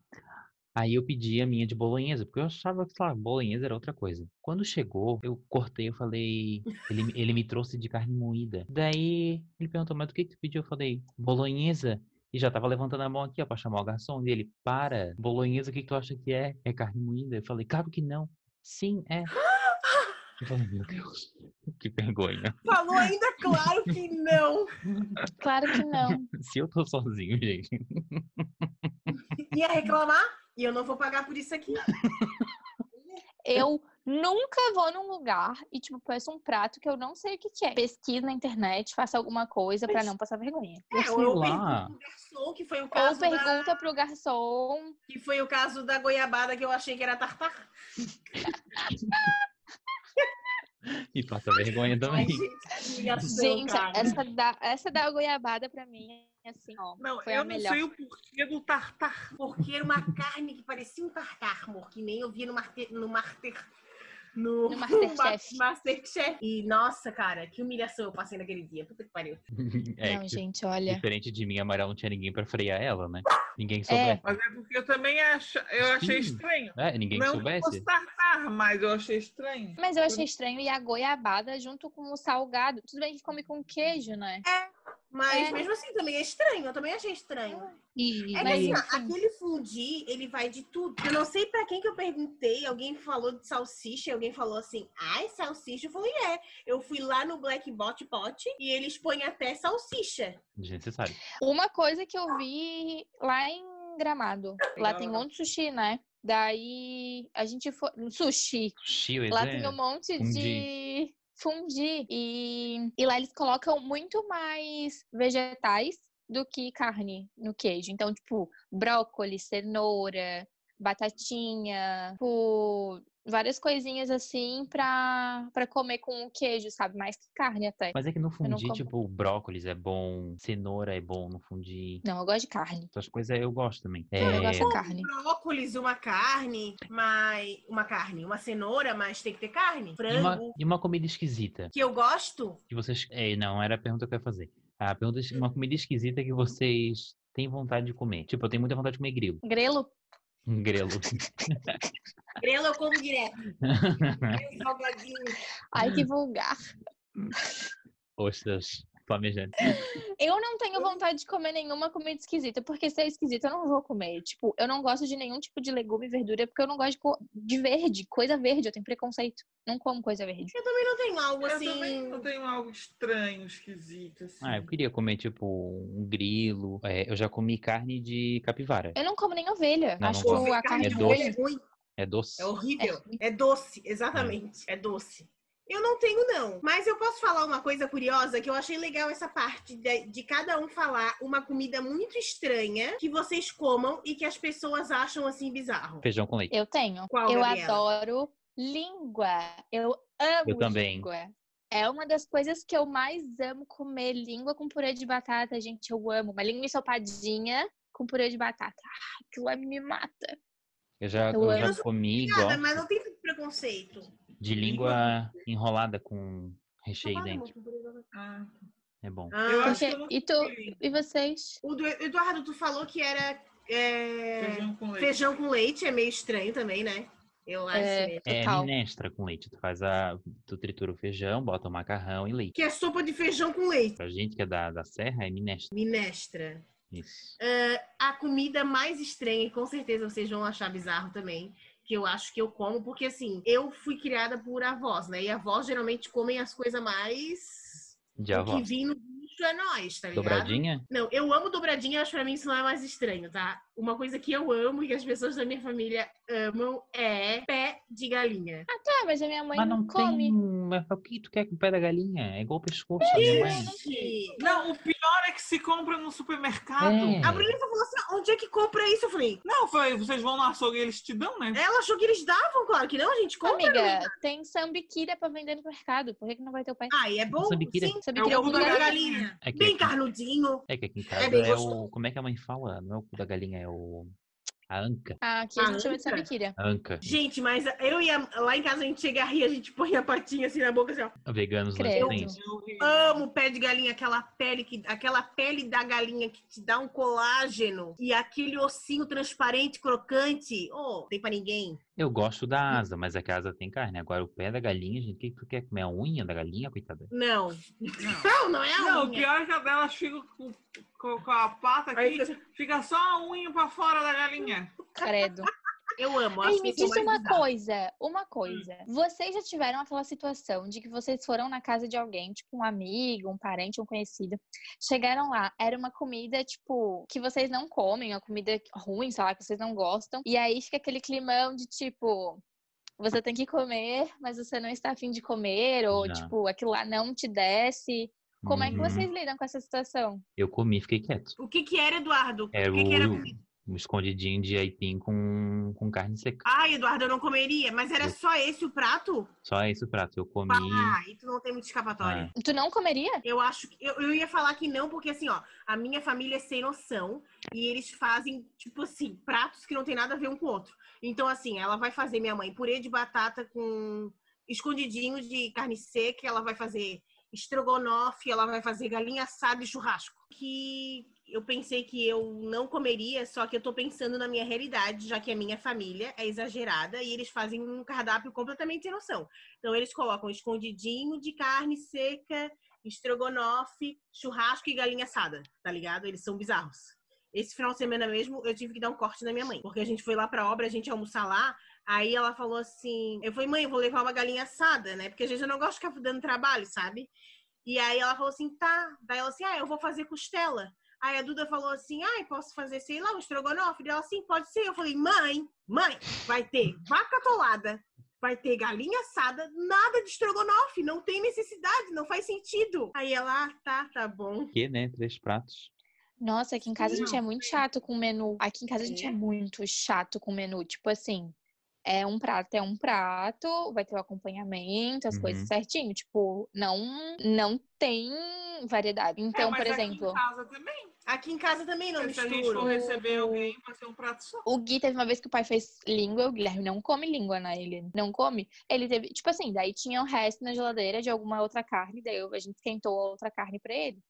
Aí eu pedi a minha de bolonhesa, porque eu achava que, sei lá, bolonhesa era outra coisa. Quando chegou, eu cortei, eu falei, ele, me- ele me trouxe de carne moída. Daí ele perguntou, mas do que que tu pediu? Eu falei, bolonhesa. E já tava levantando a mão aqui, ó, pra chamar o garçom. E ele, para, bolonhesa, o que que tu acha que é? É carne moída? Eu falei, claro que não. Sim, é. Eu falei, meu Deus, que vergonha. Falou ainda, claro que não. Claro que não. Se eu tô sozinho, gente. Ia reclamar? E eu não vou pagar por isso aqui. Eu nunca vou num lugar e, tipo, peço um prato que eu não sei o que, que é. Pesquiso na internet, faço alguma coisa pra Mas- não passar vergonha. É, ou sei eu lá. pergunto pro garçom, que foi o Ou caso da, pergunta pro garçom. que foi o caso da goiabada que eu achei que era tartar. E passa vergonha também. Ai, gente, que humilhação, Gente, cara. essa da, essa da goiabada pra mim é assim, ó. Não, Foi a eu não melhor. sei o porquê do tartar. Porque era uma carne que parecia um tartar, amor, que nem eu via no Marte- no Marter. No, No Masterchef. Ma- Masterchef. E nossa, cara, que humilhação eu passei naquele dia. Puta que pariu. É, não, que- gente, olha. Diferente de mim, a Amaral não tinha ninguém pra frear ela, né? Ninguém que soubesse. Mas é porque eu também acho, eu achei Sim. estranho. É, ninguém que não que soubesse. fosse tartar, mas eu achei estranho. Mas eu achei estranho e a goiabada junto com o salgado. Tudo bem que come com queijo, né? Mas É. mesmo assim, também é estranho. Eu também achei estranho. E, É que mas, assim, ó, enfim, aquele fundir, ele vai de tudo. Eu não sei pra quem que eu perguntei, alguém falou de salsicha, alguém falou assim, ai, salsicha. Eu falei, é. Eu fui lá no Black Bot Pot e eles põem até salsicha. Desnecessário. uma coisa que eu vi lá em Gramado. Lá tem um monte de sushi, né? Daí a gente foi. Sushi. Shio, Lá esse tem é- um monte fundi. de fundi. E, e lá eles colocam muito mais vegetais do que carne no queijo. Então, tipo, brócolis, cenoura, batatinha, tipo, várias coisinhas assim pra, pra comer com o queijo, sabe? Mais que carne até. Mas é que no não fundi, como. tipo, brócolis é bom, cenoura é bom no fundi. Não, eu gosto de carne. Essas coisas eu gosto também. Ah, Eu não É, gosto da carne. Brócolis, uma carne, mas. Uma carne, uma cenoura, mas tem que ter carne. É, e, uma, Frango, e uma comida esquisita que eu gosto. que vocês. É, não, era a pergunta que eu ia fazer. A pergunta é uma comida esquisita que vocês têm vontade de comer. Tipo, eu tenho muita vontade de comer grilo. Grelo? Um grelo. Grelo eu como direto. Grelo salgadinho. Ai, Hum. que vulgar. Ostras, flamejante. Eu não tenho vontade de comer nenhuma comida esquisita, porque se é esquisita, eu não vou comer. Tipo, eu não gosto de nenhum tipo de legume e verdura, porque eu não gosto de, co- de verde, coisa verde, eu tenho preconceito. Não como coisa verde. Eu também não tenho algo Eu assim. também não tenho algo estranho, esquisito, assim. Ah, eu queria comer, tipo, um grilo. É, eu já comi carne de capivara. Eu não como nem ovelha. Não, Acho não a carne É de doce. ovelha. ruim. É doce. É horrível. É doce, exatamente. É doce. Eu não tenho, não. Mas eu posso falar uma coisa curiosa que eu achei legal essa parte de, de cada um falar uma comida muito estranha que vocês comam e que as pessoas acham assim bizarro. Feijão com leite. Eu tenho. Qual, eu Gabriela? adoro língua. Eu amo Eu também. língua. É uma das coisas que eu mais amo comer língua com purê de batata, gente. Eu amo. Uma língua ensopadinha com purê de batata. Ai, aquilo lá me mata. Eu já, Eu eu amo. já comi Nada, igual mas não tem preconceito. de língua enrolada com recheio dentro. Ah, É bom. Eu Ah, acho Porque- que eu não e tu- comi E vocês? o do- Eduardo, tu falou que era é, feijão. Feijão com leite. com leite, é meio estranho também, né? Eu acho É. mesmo. É Total. minestra com leite. Tu faz a. Tu tritura o feijão, bota o macarrão e leite. Que é sopa de feijão com leite. Pra gente que é da, da serra, é minestra. Minestra. Ah, Isso. a comida mais estranha, e com certeza vocês vão achar bizarro também, que eu acho que eu como, porque assim, eu fui criada por avós, né? E avós geralmente comem as coisas mais. De o avó. que vim no bicho é nós, tá ligado? Dobradinha? Não, eu amo dobradinha, acho que pra mim isso não é mais estranho, tá? Uma coisa que eu amo e que as pessoas da minha família amam é pé de galinha. Ah, mas a minha mãe Mas não come. tem. Mas o que tu quer com o pé da galinha? É igual o pescoço da minha mãe. Gente, Não, o pior é que se compra no supermercado. Ah, É. A Brunita falou assim: onde é que compra isso? Eu falei. Não, foi, vocês vão no açougue e eles te dão, né? Ela achou que eles davam, claro que não, gente. Compra. Amiga, tem sambiquira pra vender no mercado. Por que, que não vai ter o pai? Ah, e é bom? Sambiquira. Sim, Sambiquira é é o o cu da da galinha. É que, Bem aqui, carnudinho. é que aqui em casa bem é, o. gostoso. Como é que a mãe fala? Não é o cu da galinha, é o. A anca. Ah, aqui a gente Ah, chama de nunca. sambiquira. A anca. Gente, mas eu e a, lá em casa a gente chega a rir, a gente põe a patinha assim na boca, assim, ó. Veganos não Credo. tem isso. Amo um pé de galinha, aquela pele que, aquela pele da galinha que te dá um colágeno e aquele ossinho transparente, crocante. Oh, tem pra ninguém. Eu gosto da asa, mas é a casa tem carne. né? Agora o pé da galinha, gente, o que que tu quer comer? A unha da galinha, coitada? Não. Não. Não, não é a Não, o unha. pior é que a delas fica com, com- com a pata Aí aqui, fica só a unha pra fora da galinha. Credo. Eu amo. Mas acho que me esse é o diz mais uma bizarro. coisa, uma coisa. Vocês já tiveram aquela situação de que vocês foram na casa de alguém, tipo um amigo, um parente, um conhecido, chegaram lá, era uma comida, tipo, que vocês não comem, uma comida ruim, sei lá, que vocês não gostam, e aí fica aquele climão de tipo. Você tem que comer, mas você não está afim de comer, ou Já. tipo, aquilo lá não te desce. Como é que Uhum. vocês lidam com essa situação? Eu comi, fiquei quieto. O que que era, Eduardo? Era o que que era? É, o, um escondidinho de aipim com, com carne seca. Ai, Eduardo, eu não comeria. Mas era só esse o prato? Só esse o prato. Eu comi. Ah, e tu não tem muito escapatória. Ah. Tu não comeria? Eu acho que eu, eu ia falar que não, porque assim, ó, a minha família é sem noção e eles fazem, tipo assim, pratos que não tem nada a ver um com o outro. Então, assim, ela vai fazer minha mãe purê de batata com escondidinho de carne seca, ela vai fazer estrogonofe, ela vai fazer galinha assada e churrasco. Que eu pensei que eu não comeria, só que eu tô pensando na minha realidade, já que a minha família é exagerada e eles fazem um cardápio completamente sem noção. Então, eles colocam escondidinho de carne seca estrogonofe, churrasco e galinha assada, tá ligado? Eles são bizarros. Esse final de semana mesmo, eu tive que dar um corte na minha mãe. Porque a gente foi lá pra obra, a gente ia almoçar lá. Aí ela falou assim... Eu falei, mãe, eu vou levar uma galinha assada, né? Porque a gente não gosta de ficar dando trabalho, sabe? E aí ela falou assim, tá. Daí ela assim, ah, eu vou fazer costela. Aí a Duda falou assim, ai, posso fazer, sei lá, um estrogonofe? Daí ela assim, pode ser. Eu falei, mãe, mãe, vai ter vaca atolada, vai ter galinha assada, nada de estrogonofe, não tem necessidade, não faz sentido. Aí ela, ah, tá, tá bom. Que, né? Três pratos. Nossa, aqui em casa a gente é muito chato com o menu. Aqui em casa a gente é É? muito chato com o menu. Tipo assim, é um prato, é um prato, vai ter o acompanhamento, as coisas Uhum. certinho. Tipo, não, não tem variedade. Então, É, mas por aqui em exemplo, casa também. Aqui em casa também não Se a É, gente for misturo. receber alguém, vai ser um prato só. o Gui teve uma vez que o pai fez língua, o Guilherme não come língua, né? Ele não come. Ele teve, tipo assim, daí tinha o resto na geladeira de alguma outra carne, daí eu- a gente esquentou a outra carne pra ele.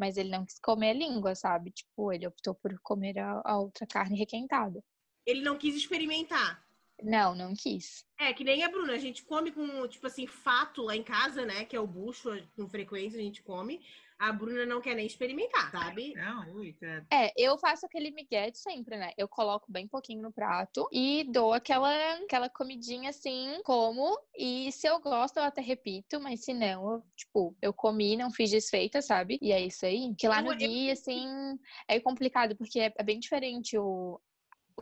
Mas ele não quis comer a língua, sabe? Tipo, ele optou por comer a, a outra carne requentada. Ele não quis experimentar. Não, não quis. É, que nem a Bruna, a gente come com, tipo assim, fato lá em casa, né? Que é o bucho, com frequência a gente come. A Bruna não quer nem experimentar, sabe? Não, ui, credo. É, eu faço aquele migué de sempre, né? Eu coloco bem pouquinho no prato e dou aquela, aquela comidinha assim, como. E se eu gosto, eu até repito, mas se não, eu, tipo, eu comi, não fiz desfeita, sabe? E é isso aí. Que lá Eu- no eu- dia, assim, é complicado, porque é, é bem diferente o,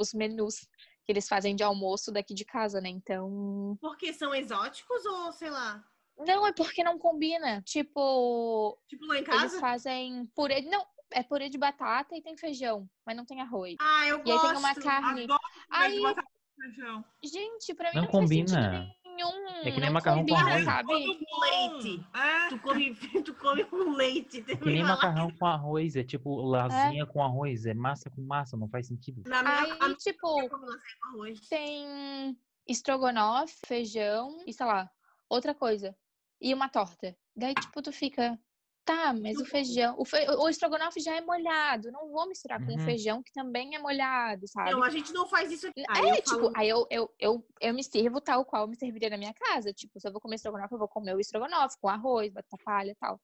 os menus que eles fazem de almoço daqui de casa, né? Então, Porque são exóticos ou, sei lá, Não, é porque não combina. Tipo, tipo lá em eles casa? fazem purê. de- Não, é purê de batata e tem feijão, mas não tem arroz. Ah, eu E aí gosto. tem uma carne. Adoro comer de Aí- batata com feijão. Gente, pra mim Não não, faz sentido combina. nenhum. É que nem não macarrão com combina, arroz. sabe? Tudo bom. Leite. É. Tu come, tu come com leite. tem Que nem uma lá- macarrão com arroz, é tipo lasanha com arroz, é massa com massa, não faz sentido. Na minha, a Aí, minha tipo, come lasanha com arroz. tem estrogonofe, feijão e sei lá, outra coisa. E uma torta. Daí, tipo, tu fica. Tá, mas o feijão. O, fe... o estrogonofe já é molhado. Não vou misturar com Uhum. o feijão, que também é molhado, sabe? Não, a gente não faz isso aqui. Aí é, eu tipo, falo- aí eu, eu, eu, eu me sirvo tal qual eu me serviria na minha casa. Tipo, se eu vou comer estrogonofe, eu vou comer o estrogonofe com arroz, batata palha e tal.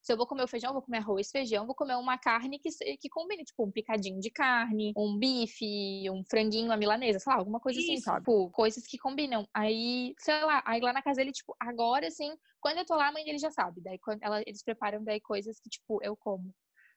Se eu vou comer o feijão, eu vou comer arroz, feijão, vou comer uma carne que, se- que combine, tipo, um picadinho de carne, um bife, um franguinho, a milanesa, sei lá, alguma coisa assim, Isso. sabe? Tipo, coisas que combinam. Aí, sei lá, aí lá na casa dele, tipo, agora assim, quando eu tô lá, a mãe dele já sabe. Daí quando ela, eles preparam daí coisas que, tipo, eu como.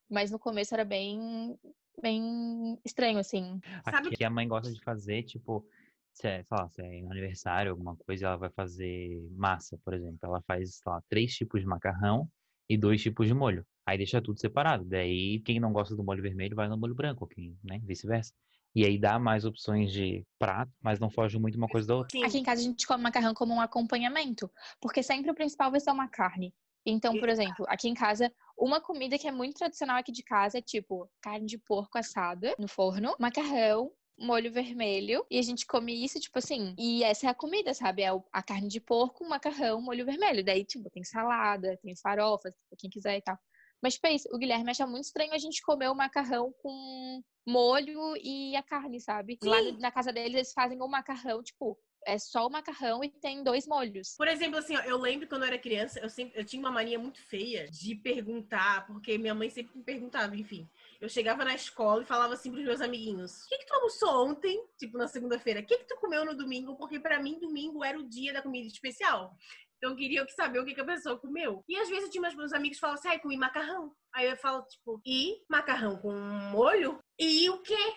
Mas no começo era bem, bem estranho, assim. Sabe o Aqui a mãe gosta de fazer, tipo, se é, sei lá, se é um aniversário, alguma coisa, ela vai fazer massa, por exemplo. Ela faz, sei lá, três tipos de macarrão e dois tipos de molho. Aí deixa tudo separado. Daí, quem não gosta do molho vermelho vai no molho branco, quem, né? Vice-versa. E aí dá mais opções de prato, mas não foge muito uma coisa da outra. Sim. Aqui em casa a gente come macarrão como um acompanhamento, porque sempre o principal vai ser uma carne. Então, por exemplo, aqui em casa, uma comida que é muito tradicional aqui de casa é tipo carne de porco assada no forno, macarrão, molho vermelho, e a gente come isso, tipo assim, e essa é a comida, sabe? É o- a carne de porco, macarrão, molho vermelho. Daí, tipo, tem salada, tem farofas, pra quem quiser e tal. Mas, tipo, é isso. o Guilherme acha muito estranho a gente comer o macarrão com molho e a carne, sabe? Lá Sim. no- na casa deles, eles fazem o macarrão, tipo, é só o macarrão e tem dois molhos. Por exemplo, assim, ó, eu lembro quando eu era criança, eu, sempre, eu tinha uma mania muito feia de perguntar, porque minha mãe sempre me perguntava, enfim. Eu chegava na escola e falava assim pros meus amiguinhos: O que, que tu almoçou ontem? Tipo, na segunda-feira. O que, que tu comeu no domingo? Porque pra mim, domingo era o dia da comida especial. Então, eu queria saber o que, que a pessoa comeu. E às vezes eu tinha meus- meus amigos que falavam assim: Ai, comi macarrão. Aí eu falo, tipo, e macarrão com molho? E o quê?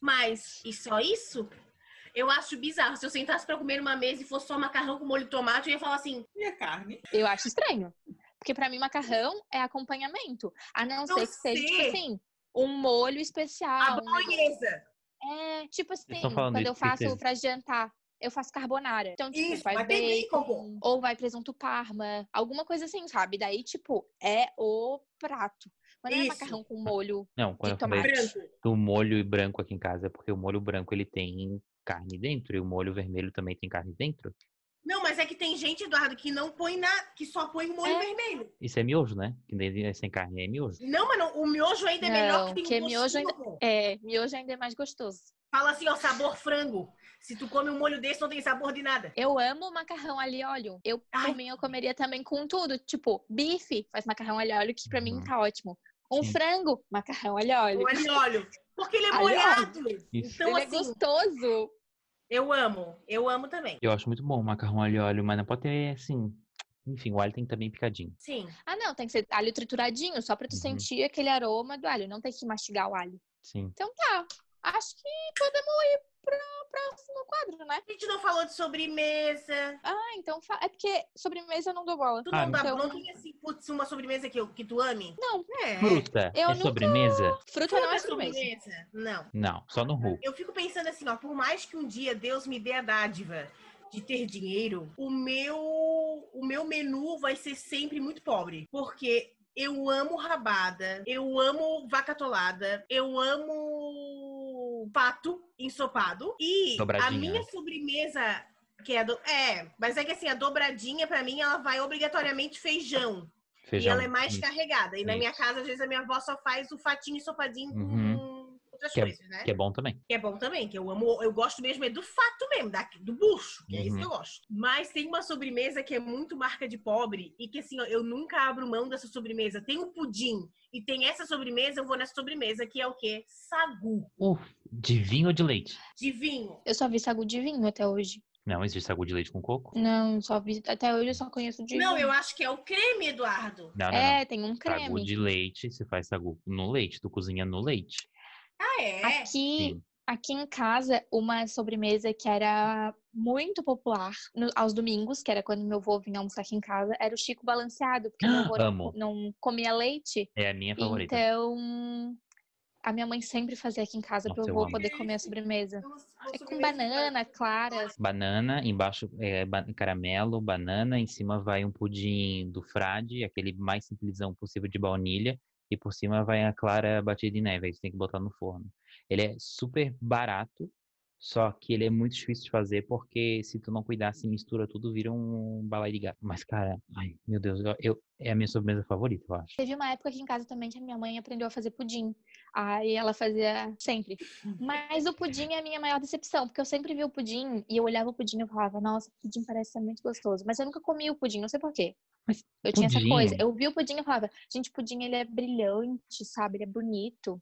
Mas, e só isso? Eu acho bizarro. Se eu sentasse pra comer numa mesa e fosse só macarrão com molho de tomate, eu ia falar assim: E a carne? Eu acho estranho. Porque pra mim, macarrão é acompanhamento. A não, Não ser que seja, tipo sei. assim, um molho a especial. Ah, um negócio- bolonhesa. É, tipo assim, tão falando quando isso, eu faço certeza. pra jantar, eu faço carbonara. Então, tipo, Isso, vai mas tem bacon, bacon. ou vai presunto parma, alguma coisa assim, sabe? Daí, tipo, é o prato. Mas não é Isso. macarrão com molho. Não, quando eu tomate. falei Branco. do molho branco aqui em casa, é porque o molho branco ele tem carne dentro e o molho vermelho também tem carne dentro. Não, mas é que tem gente, Eduardo, que não põe na. que só põe molho É. vermelho. Isso é miojo, né? Que nem- sem carne é miojo. Não, mano, o miojo ainda é melhor Não, que tem um que gostinho, miojo ainda- pô. É, miojo ainda é mais gostoso. Fala assim, ó, sabor frango. Se tu come um molho desse, não tem sabor de nada. Eu amo macarrão ali óleo. Eu, Ai. por mim, eu comeria também com tudo. Tipo, bife faz macarrão ali óleo, que pra mim Uhum. tá ótimo. Um Sim. frango, macarrão ali óleo. Olha e é óleo. Porque ele é Alho e molhado. Isso. Então, Ele é assim, gostoso. eu amo. Eu amo também. Eu acho muito bom macarrão alho e óleo, mas não pode ter assim. Enfim, o alho tem que estar bem picadinho. Sim. Ah, não, tem que ser alho trituradinho, só pra tu Uhum. sentir aquele aroma do alho. Não tem que mastigar o alho. Sim. Então tá. Acho que podemos ir pro próximo quadro, né? A gente não falou de sobremesa. Ah, então fa- é porque sobremesa eu não dou bola. Tu Ah, não dá. então- Não tem assim, putz, uma sobremesa que, eu, que tu ame? Não, É. Fruta Eu é nunca- sobremesa? fruta não é Fruta sobremesa. Não. Não, só no ru. Eu fico pensando assim, ó, por mais que um dia Deus me dê a dádiva de ter dinheiro, o meu o meu menu vai ser sempre muito pobre, porque eu amo rabada, eu amo vaca atolada, eu amo pato ensopado e a Dobradinha, minha né? sobremesa que é, a do... é, mas é que assim, a dobradinha pra mim ela vai obrigatoriamente feijão, e Feijão. ela é mais Hum. carregada. E na Isso. minha casa às vezes a minha avó só faz o fatinho ensopadinho Uhum. com outras Que é- coisas, né? Que é bom também. Que é bom também, que eu amo, eu gosto mesmo é do fato mesmo, da, do bucho, que é isso Uhum. que eu gosto. Mas tem uma sobremesa que é muito marca de pobre e que assim, ó, eu nunca abro mão dessa sobremesa. Tem o pudim e tem essa sobremesa, eu vou nessa sobremesa que é o quê? Sagu Uf, de vinho ou de leite? de vinho. Eu só vi sagu de vinho até hoje. Não, existe sagu de leite com coco? Não, só vi. Até hoje eu só conheço de Não, vinho. eu acho que é o creme, Eduardo. Não, não, não. É, tem um Sagu creme. de leite, você faz sagu no leite, tu cozinha no leite. Ah, é? Aqui, Sim. aqui em casa, uma sobremesa que era muito popular no- aos domingos, que era quando meu avô vinha almoçar aqui em casa, era o Chico Balanceado, porque meu avô não, Amo. co- não comia leite. É a Ah. minha favorita. Então, a minha mãe sempre fazia aqui em casa para Nossa, eu eu avô amo. poder comer a sobremesa. Então, É Nossa, com banana, claras. Banana, embaixo é ba- caramelo, banana, em cima vai um pudim do frade, aquele mais simplesão possível de baunilha, e por cima vai a clara batida em neve, aí você tem que botar no forno. Ele é super barato, só que ele é muito difícil de fazer, porque se tu não cuidar, se mistura tudo, vira um balai de gato. Mas, cara, ai, meu Deus, eu, eu- é a minha sobremesa favorita, eu acho. Teve uma época aqui em casa também que a minha mãe aprendeu a fazer pudim. Aí ela fazia sempre. Mas o pudim é a minha maior decepção, porque eu sempre vi o pudim e eu olhava o pudim e eu falava, nossa, o pudim parece ser muito gostoso. Mas eu nunca comi o pudim, não sei porquê. Mas eu tinha essa coisa. pudim- Eu vi o pudim e eu falava, gente, pudim ele é brilhante, sabe? Ele é bonito.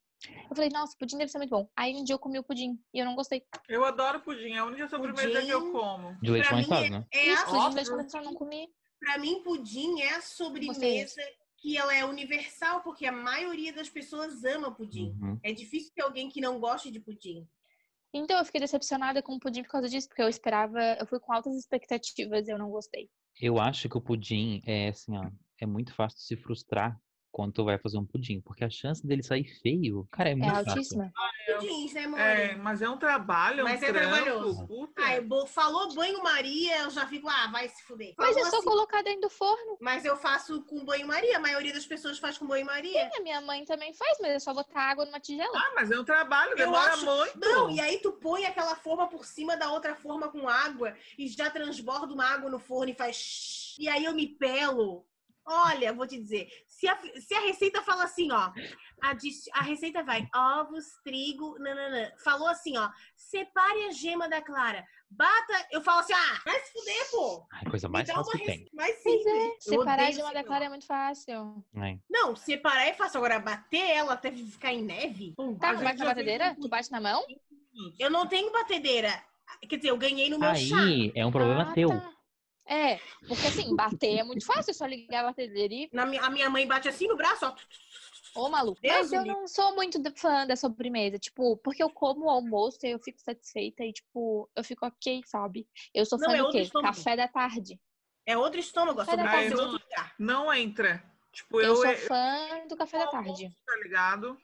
Eu falei, nossa, pudim deve ser muito bom. Aí um dia eu comi o pudim e eu não gostei. Eu adoro pudim, é a única sobremesa Pudim. que eu como. De leite pra mim condensado, né? É, Isso, pudim de leite óbvio. condensado eu não comi. Pra mim, pudim é a sobremesa que ela é universal, porque a maioria das pessoas ama pudim. Uhum. É difícil ter alguém que não goste de pudim. Então eu fiquei decepcionada com o pudim por causa disso, porque eu esperava, eu fui com altas expectativas e eu não gostei. Eu acho que o pudim é assim, ó, é muito fácil se frustrar quando tu vai fazer um pudim, porque a chance dele sair feio, cara, é É muito fácil. altíssima. Eu- Pudins, né, mãe? É, mas é um trabalho, é um Mas é trampo, trabalhoso. puta. Ah, eu bo- falou banho-maria, eu já fico, ah, vai se fuder. Mas é Falou só assim, colocar dentro do forno. mas eu faço com banho-maria, a maioria das pessoas faz com banho-maria. A né? minha mãe também faz, mas é só botar água numa tigela. Ah, mas é um trabalho, demora acho- muito. Não, e aí tu põe aquela forma por cima da outra forma com água e já transborda uma água no forno e faz. shhh, E aí eu me pelo. Olha, vou te dizer, se a, se a receita fala assim, ó, a, dis- a receita vai ovos, trigo, nananã. Falou assim, ó, separe a gema da clara, bata, eu falo assim, ah, vai se fuder, pô. Ai, coisa É Me mais dá uma fácil que tem. receita mais Pois simples. é. Separar de odeio Ah, uma da separar. clara é muito fácil. né? Não, separar é fácil, agora bater ela até ficar em neve. Pum, Tá, A tu gente bate na já fez batedeira? um Tu bate na mão? Eu não tenho batedeira. Quer dizer, eu ganhei no meu chá. Aí é um problema Ah, teu. tá. É, porque assim, bater é muito fácil, é só ligar a batedeira e. Na mi- a minha mãe bate assim no braço, ó. Ô, maluco. Deus Mas o eu livre. não sou muito de- fã da sobremesa. Tipo, porque eu como o almoço e eu fico satisfeita e, tipo, eu fico ok, sabe? Eu sou Não, fã é do outro quê? estômago. Café da tarde. É outro estômago, a Vai dar sobremesa é pra outro lugar. Não entra. Tipo, Eu eu, sou é eu, fã do café da como tarde. tá ligado?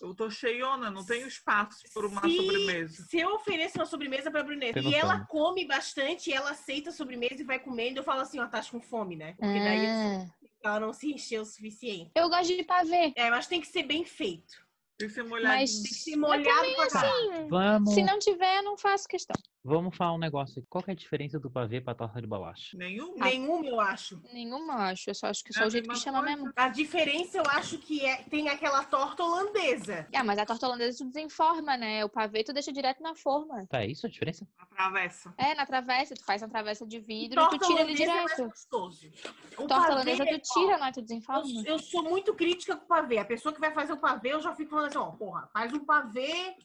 Eu tô cheiona, não tenho espaço por uma Se- sobremesa. Se eu ofereço uma sobremesa pra Bruneta Tem e noção. ela come bastante, ela aceita a sobremesa e vai comendo, eu falo assim, ó, tá com fome, né? Porque daí assim, Ah, ela não se encheu o suficiente. eu gosto de pavê. É, mas tem que ser bem feito. Tem que ser molhadinho. Mas- Tem que ser molhado pra caralho. Sim. Vamos, Se não tiver, eu não faço questão. vamos falar um negócio aqui. Qual que é a diferença do pavê pra torta de bolacha? Nenhum. Nenhuma, eu acho. Nenhuma, acho. Eu só acho que É só a o jeito que mesma chama coisa. mesmo. A diferença, eu acho que é tem aquela torta holandesa. Ah, mas a torta holandesa tu desenforma, né? O pavê tu deixa direto na forma. Tá, é isso a diferença? Atravessa. É, na travessa. Tu faz uma travessa de vidro e Torta tu tira ele holandesa é mais direto. gostoso. O torta pavê holandesa é- tu tira, não é? Tu desenforma. Eu, eu sou muito crítica com pavê. A pessoa que vai fazer o pavê, eu já fico falando assim, ó, porra, faz um pavê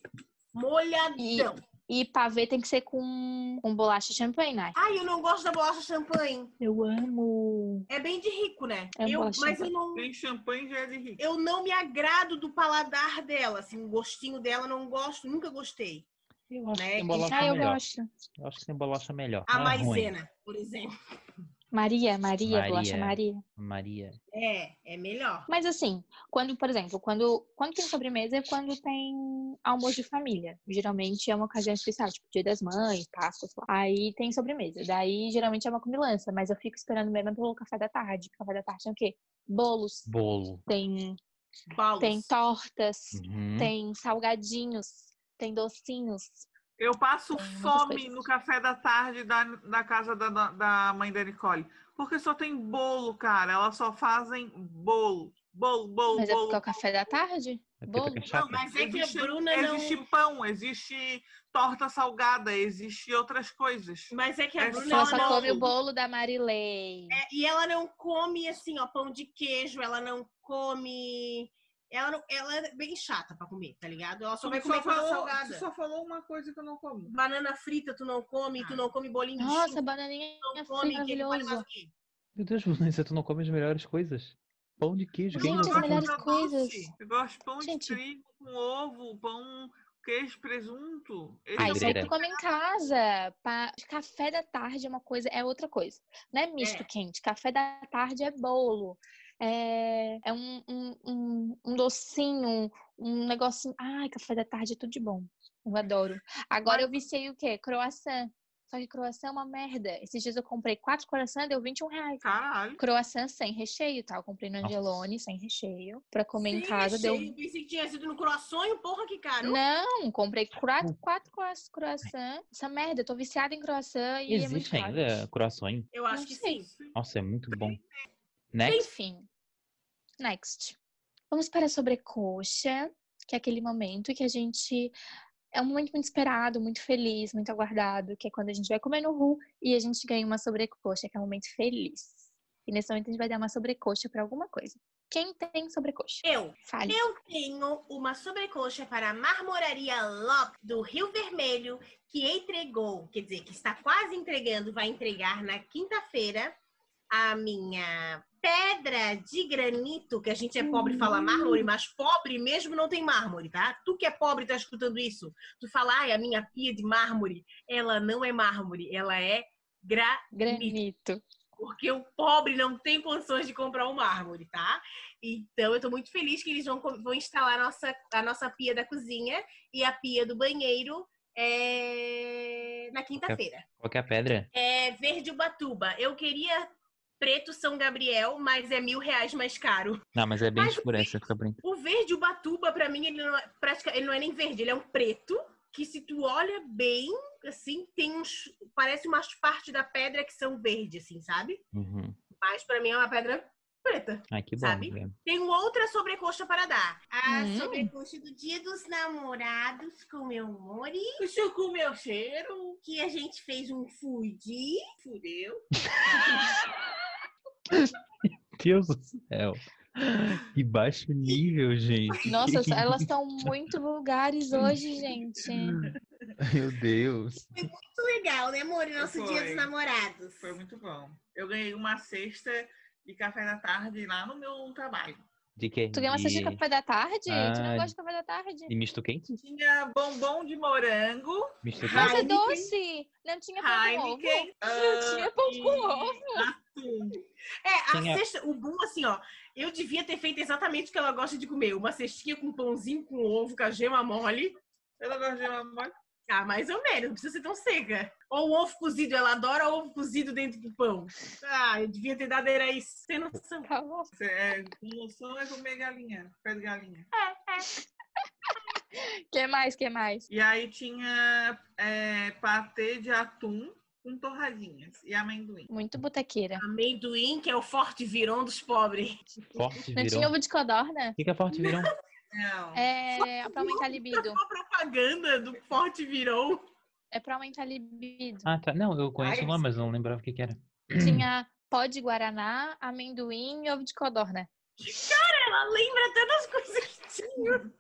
molhadão. E pavê tem que ser com, com bolacha de champanhe, né? Ai, eu não gosto da bolacha champanhe. Eu amo. É bem de rico, né? É eu, bolacha mas eu não, Nem champanhe já é de rico. eu não me agrado do paladar dela, assim, o gostinho dela, não gosto, nunca gostei. Eu acho Né? que tem bolacha Ah, eu melhor. gosto. Eu acho que tem bolacha melhor. A não é ruim. maisena, por exemplo. Maria, Maria, bolacha Maria. Maria. Maria. É, é melhor. Mas assim, quando, por exemplo, quando, quando tem sobremesa é quando tem almoço de família. Geralmente é uma ocasião especial, tipo dia das mães, Páscoa, sei lá. Aí tem sobremesa. Daí geralmente é uma comilança, mas eu fico esperando mesmo pelo café da tarde. Café da tarde tem o quê? Bolos, Bolo. tem, Paulo. tem tortas, Uhum. tem salgadinhos, tem docinhos. Eu passo Tem muitas fome coisas. no café da tarde da, da casa da, da- da mãe da Nicole. Porque só tem bolo, cara. Elas só fazem bolo. Bolo, bolo, Mas é bolo. porque é o café da tarde? É porque Bom, fica Não, chato. mas é que a Existe- Bruna não. Existe pão, existe torta salgada, existe outras coisas. Mas é que a É Bruna Não, ela ela só não. come o bolo da Marilei. é, e ela não come assim, ó, pão de queijo, ela não come. Ela, não- ela é bem chata pra comer, tá ligado? Ela só Tu vai comer coisa falou, salgada. tu só falou uma coisa que eu não como. Banana frita tu não come, tu não come bolinho de Nossa, chuva, bananinha tu não frita come aquele maravilhoso. quê? Meu Deus, Vanessa, tu não come as melhores coisas? Pão de queijo, quem Eu não Gente, as gosto come? melhores de coisas. doce. Eu gosto de pão Gente. de trigo com ovo, pão, queijo, presunto. Esse Ah, é o isso aí meu tu come em casa. Pa- de Café da tarde é uma coisa, é outra coisa. Não é misto É. quente. Café da tarde é bolo. É, é um, um, um, um docinho, um, um negocinho. Ai, café da tarde é tudo de bom. Eu adoro. Agora eu viciei o quê? Croissant. Só que croissant é uma merda. Esses dias eu comprei quatro croissants, deu 21 reais. Caralho. Croissant sem recheio, tá? Eu comprei no Nossa. Angelone, sem recheio. Pra comer em Sim, casa, deu recheio, Pensei que tinha sido no croissant, porra, que caro. não, comprei Hum. quatro, quatro croa- croissant. Essa merda, eu tô viciada em croissant e é muito Existe caro. ainda croissant? Eu acho não que sei. sim. Nossa, é muito bom. Next, Enfim. Next. Vamos para a sobrecoxa, que é aquele momento que a gente... É um momento muito esperado, muito feliz, muito aguardado, que é quando a gente vai comer no RU e a gente ganha uma sobrecoxa, que é um momento feliz. E nesse momento a gente vai dar uma sobrecoxa pra alguma coisa. Quem tem sobrecoxa? Eu. Fale. é Eu tenho uma sobrecoxa para a Marmoraria Lopes do Rio Vermelho, que entregou, quer dizer, que está quase entregando, vai entregar na quinta-feira a minha pedra de granito, que a gente é pobre e fala mármore, mas pobre mesmo não tem mármore, tá? Tu que é pobre tá escutando isso, tu fala, ai, a minha pia de mármore, ela não é mármore, ela é gra Granito. porque o pobre não tem condições de comprar um mármore, tá? Então eu tô muito feliz que eles vão, co- vão instalar a nossa, a nossa pia da cozinha e a pia do banheiro é, na quinta-feira. qual que é a pedra? É verde Ubatuba. Eu queria preto São Gabriel, mas é mil reais mais caro. Não, mas é bem Ai, escurece, fica brin- O verde Ubatuba, pra mim, ele não, é, pratica- ele não é nem verde, ele é um preto que se tu olha bem, assim, tem uns. Parece umas partes da pedra que são verde, assim, sabe? Uhum. Mas pra mim é uma pedra preta. Ai, que bom. Sabe? né? Tenho outra um é sobrecoxa para dar. A Hum. sobrecoxa do Dia dos Namorados com meu Mori. Isso com meu cheiro. Que a gente fez um fudi. Fudeu. Deus do céu. Que baixo nível, gente. Nossa, elas estão muito vulgares hoje, gente. Meu Deus. Muito legal, né, Mori? Nosso Foi. Dia dos Namorados. Foi muito bom. Eu ganhei uma cesta de café da tarde lá no meu trabalho. De quê? Tu ganhou uma cesta de café da tarde? tu não Ah, gosta de café da tarde? E misto quente? Tinha bombom de morango, Misto Mas quente? é Heineken. doce! Não tinha pão com ovo? Heineken, Não tinha pão com ovo? atum. É, a Tinha- cesta, o bom assim, ó. Eu devia ter feito exatamente o que ela gosta de comer. Uma cestinha com pãozinho, com ovo, com a gema mole. Eu não gosto de mamãe. Ah, mais ou menos, não precisa ser tão seca. Ou um ovo cozido, ela adora ovo cozido dentro do pão. Ah, eu devia ter dado era isso, sem noção. Tá bom. É, emoção é comer galinha, pé de galinha. Que mais? Que mais? E aí tinha é, patê de atum com torradinhas e amendoim. Muito botequeira. Amendoim, que é o forte virão dos pobres. Forte Não tinha virão. ovo de codorna? O que que é forte virão? Não. É pra aumentar a libido. A propaganda do forte virão. É pra aumentar a libido. Ah, tá. Não, eu conheço Ai, o nome, mas não lembrava o que que era. Tinha pó de guaraná, amendoim e ovo de codorna. Ela lembra até das coisas que tinha.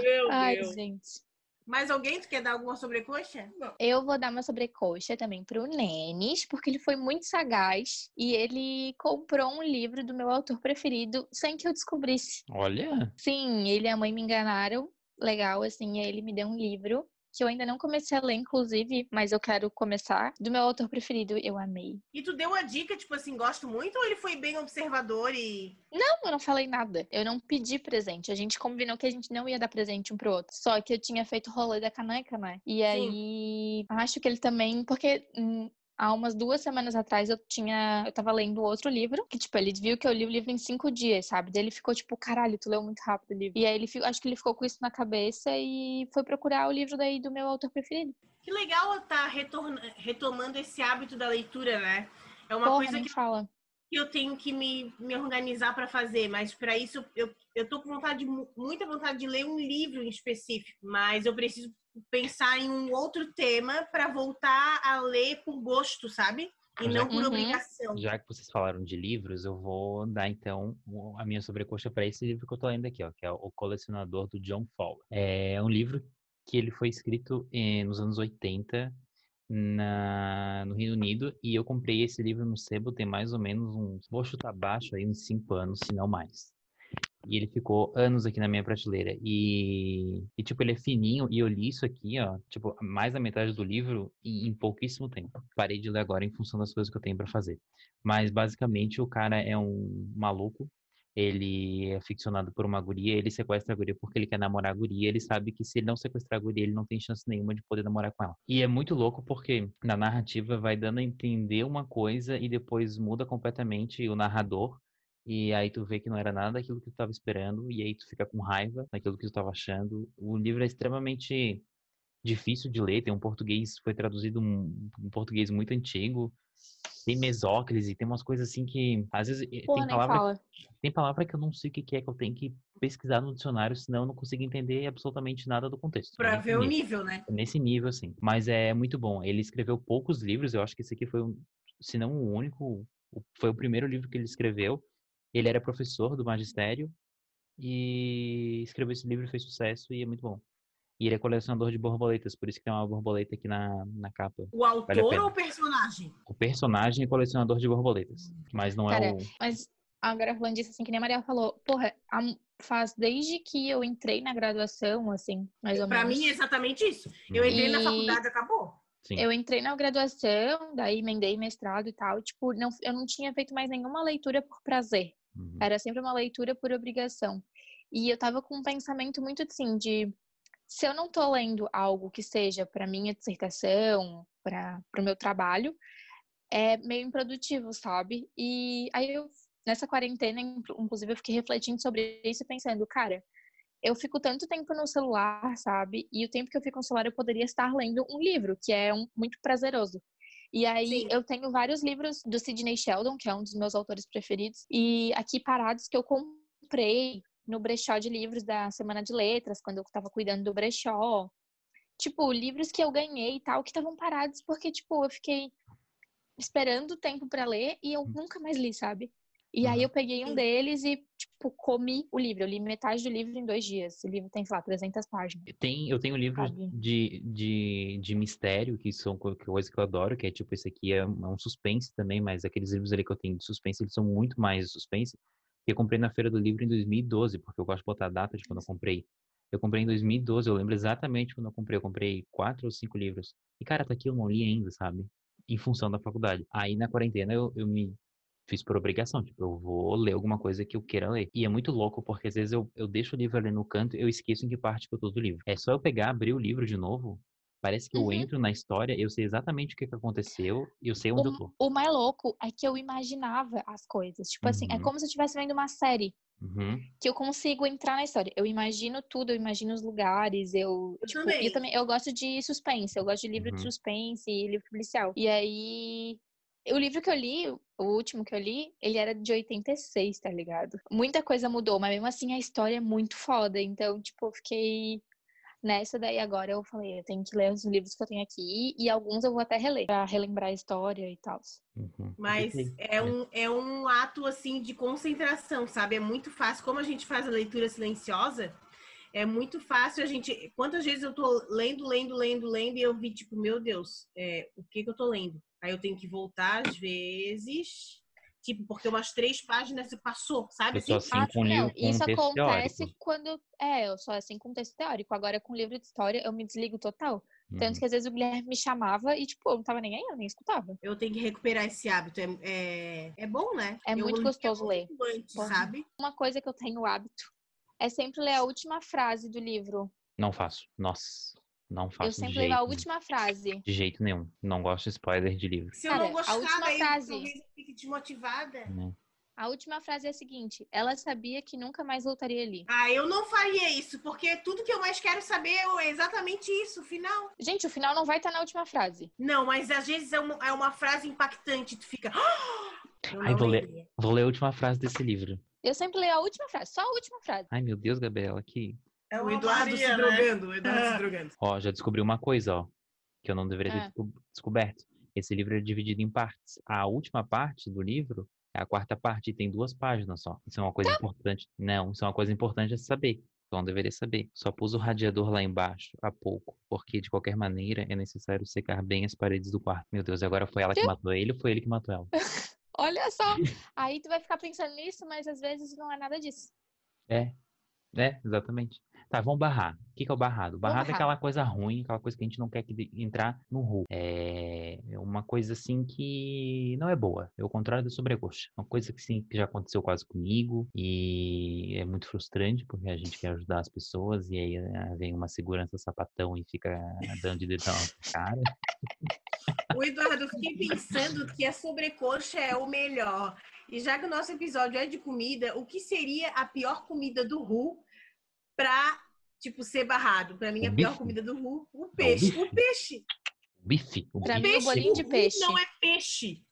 Meu Ai, Deus. gente. Mas alguém, tu quer dar alguma sobrecoxa? Eu vou dar uma sobrecoxa também pro Nenes, porque ele foi muito sagaz e ele comprou um livro do meu autor preferido sem que eu descobrisse. Olha, Sim, ele e a mãe me enganaram. Legal, assim, aí ele me deu um livro que eu ainda não comecei a ler, inclusive, mas eu quero começar. Do meu autor preferido, eu amei. E tu deu a dica, tipo assim, gosto muito, ou ele foi bem observador e. Não, eu não falei nada. Eu não pedi presente. A gente combinou que a gente não ia dar presente um pro outro. Só que eu tinha feito o rolê da caneca, né? E aí, acho que ele também, porque hum, há umas duas semanas atrás eu tinha, eu tava lendo outro livro, que tipo, ele viu que eu li o livro em cinco dias, sabe? Daí ele ficou tipo, caralho, tu leu muito rápido o livro. E aí ele, fi- acho que ele ficou com isso na cabeça e foi procurar o livro daí do meu autor preferido. Que legal tá retorna- retomando esse hábito da leitura, né? É uma Porra, coisa nem que fala. que que eu tenho que me, me organizar para fazer, mas para isso eu, eu tô com vontade, mu- muita vontade de ler um livro em específico, mas eu preciso pensar em um outro tema para voltar a ler por gosto, sabe? E Já- não por Uhum. obrigação. Já que vocês falaram de livros, eu vou dar então o- a minha sobrecoxa para esse livro que eu tô lendo aqui, ó, que é O Colecionador do John Fowler. É um livro que ele foi escrito eh, nos anos 80 na, no Reino Unido e eu comprei esse livro no sebo tem mais ou menos uns, vou chutar baixo aí uns 5 anos, se não mais. E ele ficou anos aqui na minha prateleira. E, e, tipo, ele é fininho. E eu li isso aqui, ó. Tipo, mais da metade do livro em, em pouquíssimo tempo. Parei de ler agora em função das coisas que eu tenho para fazer. Mas basicamente o cara é um maluco. Ele é aficionado por uma guria, ele sequestra a guria porque ele quer namorar a guria. Ele sabe que se ele não sequestrar a guria, ele não tem chance nenhuma de poder namorar com ela. E é muito louco porque na narrativa vai dando a entender uma coisa e depois muda completamente o narrador. E aí tu vê que não era nada daquilo que tu tava esperando, e aí tu fica com raiva daquilo que tu tava achando. O livro é extremamente difícil de ler, tem um português, foi traduzido um, um português muito antigo, tem mesóclise, tem umas coisas assim que, às vezes, eh, Porra, tem nem palavra, fala. tem palavra que eu não sei o que que é, que eu tenho que pesquisar no dicionário, senão eu não consigo entender absolutamente nada do contexto. Pra Nesse ver o Uhum. nível. nível, né? Nesse nível, assim. Mas é muito bom. Ele escreveu poucos livros, eu acho que esse aqui foi, um, se não o único, o- foi o primeiro livro que ele escreveu. Ele era professor do magistério e escreveu esse livro, fez sucesso e é muito bom. E ele é colecionador de borboletas, por isso que tem uma borboleta aqui na, na capa. O a autor pena. ou o personagem? O personagem é colecionador de borboletas, mas não é Cara, o. Mas agora falando disso, assim, que nem a Maria falou, porra, há mu- faz desde que eu entrei na graduação, assim, mais ou Pra menos. mim é exatamente isso. Eu Uhum. entrei na E- faculdade, acabou. Sim. Eu entrei na graduação, daí emendei mestrado e tal, tipo, não, eu não tinha feito mais nenhuma leitura por prazer. Uhum. Era sempre uma leitura por obrigação. E eu tava com um pensamento muito assim de se eu não tô lendo algo que seja para minha dissertação, para o meu trabalho, é meio improdutivo, sabe? E aí eu nessa quarentena, inclu- inclusive, eu fiquei refletindo sobre isso e pensando, cara, eu fico tanto tempo no celular, sabe? E o tempo que eu fico no celular eu poderia estar lendo um livro, que é um, muito prazeroso. E aí Sim. eu tenho vários livros do Sidney Sheldon, que é um dos meus autores preferidos, e aqui parados que eu comprei no brechó de livros da Semana de Letras, quando eu tava cuidando do brechó. Tipo, livros que eu ganhei e tal, que estavam parados porque, tipo, eu fiquei esperando o tempo pra ler e eu nunca mais li, sabe? E aí Hum. Aham. eu peguei um Sim. deles e, tipo, comi o livro. Eu li metade do livro em dois dias. O livro tem, sei lá, 300 páginas. Tem, eu tenho livros Sabe? de, de, de mistério, que são co- coisas que eu adoro, que é tipo, esse aqui é um é um suspense também, mas aqueles livros ali que eu tenho de suspense, eles são muito mais de suspense, que eu comprei na Feira do Livro em 2012, porque eu gosto de botar a data de quando eu comprei. Eu comprei em 2012, eu lembro exatamente quando eu comprei, eu comprei quatro ou cinco livros. E cara, tá aqui, eu não li ainda, sabe? Em função da faculdade. Aí na quarentena eu, eu me fiz por obrigação, tipo, eu vou ler alguma coisa que eu queira ler. E é muito louco, porque às vezes eu, eu deixo o livro ali no canto, eu esqueço em que parte que eu tô do livro. É só eu pegar, abrir o livro de novo, parece que eu Uhum. entro na história, eu sei exatamente o que, que aconteceu, e eu sei onde eu tô. O mais louco é que eu imaginava as coisas. Tipo assim, é Uhum. como se eu estivesse vendo uma série. Uhum. que eu consigo entrar na história. Eu imagino tudo, eu imagino os lugares, eu, Eu tipo, também. eu também eu gosto de suspense, eu gosto de livro de Uhum. suspense e livro policial. E aí o livro que eu li, o último que eu li, ele era de 86, tá ligado? Muita coisa mudou, mas mesmo assim a história é muito foda, então tipo, eu fiquei Nessa daí agora eu falei, eu tenho que ler os livros que eu tenho aqui e alguns eu vou até reler, pra relembrar a história e tal. uhum. Mas Perfeito. é um, é um ato assim de concentração, sabe? É muito fácil. Como a gente faz a leitura silenciosa, é muito fácil a gente. Quantas vezes eu tô lendo, lendo, lendo, lendo, e eu vi, tipo, meu Deus, é, o que, que eu tô lendo? Aí eu tenho que voltar às vezes, tipo, porque umas três páginas se passou, sabe? Eu sou Assim, assim Ah, com o não, livro com isso texto acontece teórico. quando. É, eu sou assim com texto teórico. Agora, com livro de história, eu me desligo total. Tanto Uhum. que às vezes o Guilherme me chamava e, tipo, eu não tava nem aí, eu nem escutava. eu tenho que recuperar esse hábito. É, é, é bom, né? É Eu muito lia gostoso ler. muito Antes, Porra. sabe? Uma coisa que eu tenho o hábito é sempre ler a última frase do livro. Não faço. Nossa, não faço. eu sempre de leio jeito né? a nenhum. última frase. De jeito nenhum. Não gosto de spoiler de livro. Se eu Cara, não a gostar, última daí frase. talvez eu fique desmotivada. né? A última frase é a seguinte: ela sabia que nunca mais voltaria ali. Ah, eu não faria isso, porque tudo que eu mais quero saber é exatamente isso, o final. Gente, o final não vai estar na última frase. Não, mas às vezes é uma, é uma frase impactante, tu fica. Eu Ai, não vou ler. leria. Vou ler a última frase desse livro. Eu sempre leio a última frase, só a última frase. Ai, meu Deus, Gabriela, que. É O uma Eduardo se Maria, né? drogando, o Eduardo se drogando. Ó, já descobri uma coisa, ó. Que eu não deveria ter Ah. desco- descoberto. Esse livro é dividido em partes. A última parte do livro é a quarta parte e tem duas páginas só. Isso é uma Tá. coisa importante. Não, isso é uma coisa importante a se saber. Então, Eu não deveria saber. Só pus o radiador lá embaixo há pouco, porque de qualquer maneira é necessário secar bem as paredes do quarto. Meu Deus, agora foi ela que Quê? matou ele ou foi ele que matou ela? Olha só. Aí tu vai ficar pensando nisso, mas às vezes não é nada disso. É, exatamente. Tá, vamos barrar. O que que é o barrado? O barrado é barrar. aquela coisa ruim, aquela coisa que a gente não quer que de- entrar no rumo. É é uma coisa assim que não é boa. É o contrário da sobrecoxa. Uma coisa que sim, que já aconteceu quase comigo e é muito frustrante porque a gente quer ajudar as pessoas e aí ah, vem uma segurança sapatão e fica dando de dedão na cara. O Eduardo, eu fiquei pensando que a sobrecoxa é o melhor. E já que o nosso episódio é de comida, o que seria a pior comida do Ru pra, tipo, ser barrado? Pra mim, O a pior bife? É comida do Ru, o peixe. O peixe! O bife, o Pra bife. mim, o peixe bolinho do de Ru peixe. não é peixe.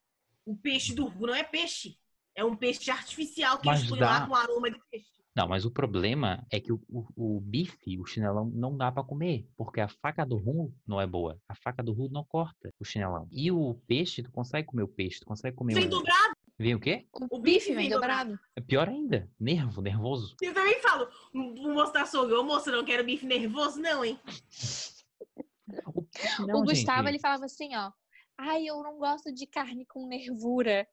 O peixe do Ru não é peixe. É um peixe artificial que Mas eles põem dá- lá com aroma de peixe. Não, mas o problema é que o, o- o bife, o chinelão, não dá pra comer, porque a faca do ru não é boa. A faca do ru não corta o chinelão. E o peixe, tu consegue comer o peixe, tu consegue comer Vem o. dobrado. Vem o quê? O, O bife bife vem vem dobrado. É pior ainda. Nervo, nervoso. Eu também falo, "Hum, o moço da sogra, ô moço, eu não quero bife nervoso, não, hein? O, peixe o não, Gustavo, gente. ele falava assim, ó. Ai, eu não gosto de carne com nervura.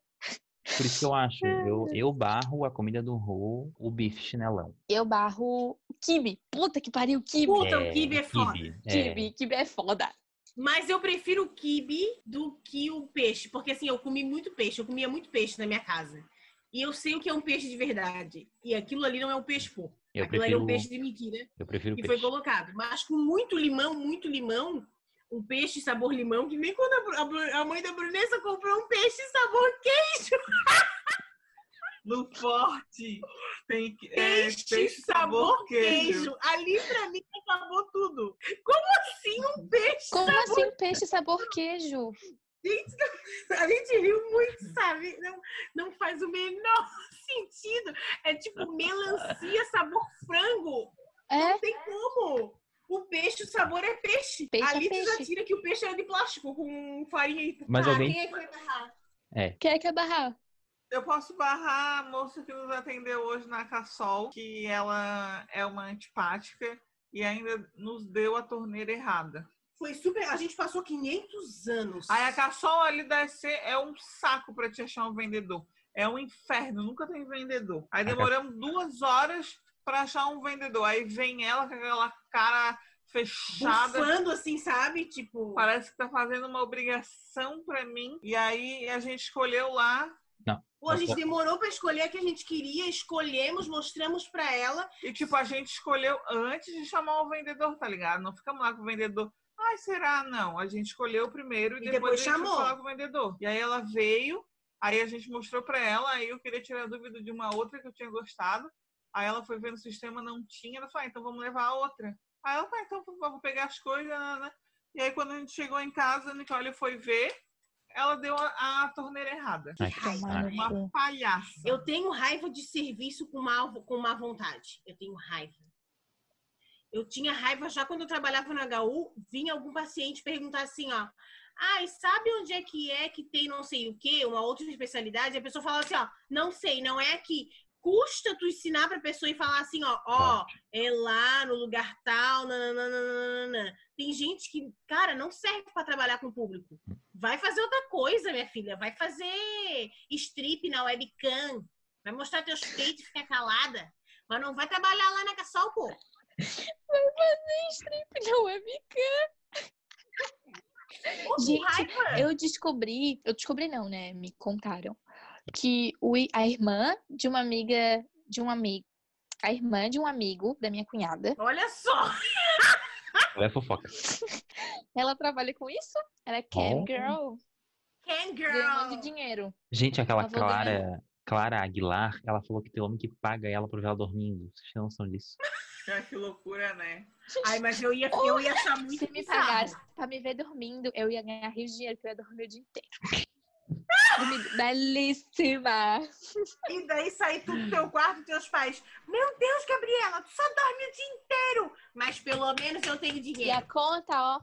Por isso que eu acho. Eu, eu barro a comida do ru, o bife chinelão. Eu barro kibe. Puta que pariu, kibe. Puta, o kibe é foda. kibe, é. Kibe, kibe é foda. Mas eu prefiro o quibe do que o peixe, porque assim, eu comi muito peixe, eu comia muito peixe na minha casa. E eu sei o que é um peixe de verdade. E aquilo ali não é um peixe pô. Eu aquilo ali é prefiro, um peixe de mentira eu prefiro que peixe. foi colocado. Mas com muito limão, muito limão, um peixe sabor limão, que nem quando a Bru- a, Bru- a mãe da Brunessa comprou um peixe sabor No forte. Tem que- é, Peixe, peixe sabor, sabor queijo. queijo. Ali pra mim acabou tudo. Como assim um peixe? Como assim peixe sabor queijo? Gente, a gente riu muito, sabe? Não, não faz o menor sentido. É tipo melancia sabor frango. É? Não tem como. O peixe, o sabor é peixe. Peixe é Ali tu já peixe. tira que o peixe é de plástico com farinha e Mas Ah, alguém- quem é que vai barrar? Quem é que é barrar? Eu posso barrar a moça que nos atendeu hoje na Cassol, que ela é uma antipática e ainda nos deu a torneira errada. Foi super. A gente passou 500 anos. Aí a Cassol ali da SC é um saco pra te achar um vendedor. É um inferno, nunca tem vendedor. Aí Ca- demoramos duas horas pra achar um vendedor. Aí vem ela com aquela cara fechada. Bufando assim, sabe? Tipo. Parece que tá fazendo uma obrigação pra mim. E aí a gente escolheu lá Pô, a gente demorou pra escolher a que a gente queria, escolhemos, mostramos pra ela. E, tipo, a gente escolheu antes de chamar o vendedor, tá ligado? Não ficamos lá com o vendedor. Ai, será? Não. A gente escolheu primeiro e, E depois, depois a gente foi chamou. falar com o vendedor. E aí ela veio, aí a gente mostrou pra ela, aí eu queria tirar dúvida de uma outra que eu tinha gostado. Aí ela foi ver no sistema, não tinha. Ela falou, ah, então vamos levar a outra. Aí ela, tá, então eu vou pegar as coisas. né, né. E aí quando a gente chegou em casa, a Nicole foi ver, ela deu a, a torneira errada. Ai, Que raiva. saco. Uma palhaça. Eu tenho raiva de serviço com má, com má vontade. Eu tenho raiva. Eu tinha raiva já quando eu trabalhava no HU, vinha algum paciente perguntar assim, ó. Ai, sabe onde é que é que tem não sei o quê, uma outra especialidade? E a pessoa falava assim, ó, não sei, não é aqui. Custa tu ensinar pra pessoa e falar assim, ó, ó, é lá no lugar tal, nananana. Tem gente que, cara, não serve pra trabalhar com o público. Vai fazer outra coisa, minha filha. Vai fazer strip na webcam. Vai mostrar teus peitos e ficar calada. Mas não vai trabalhar lá na Cassol, pô. Não é bica. Pô, que Gente, raiva. Eu descobri, eu descobri não, né? Me contaram que o, i- a irmã de uma amiga, de um amigo, a irmã de um amigo da minha cunhada, Olha só. Ela é fofoca. ela trabalha com isso. Ela é cam Oh. girl, Can ganha um monte de girl. dinheiro. Gente, aquela Ela falou, Clara. Clara Aguilar, ela falou que tem homem que paga ela por ver ela dormindo. Vocês têm noção disso? Ah, que loucura, né? Ai, mas eu ia, eu ia achar muito Se me bizarro. pagasse pra me ver dormindo, eu ia ganhar rios de dinheiro, que eu ia dormir o dia inteiro. Dormindo. Belíssima! E daí sair tu do teu quarto e teus pais. Meu Deus, Gabriela, tu só dorme o dia inteiro. Mas pelo menos eu tenho E dinheiro. a conta, ó,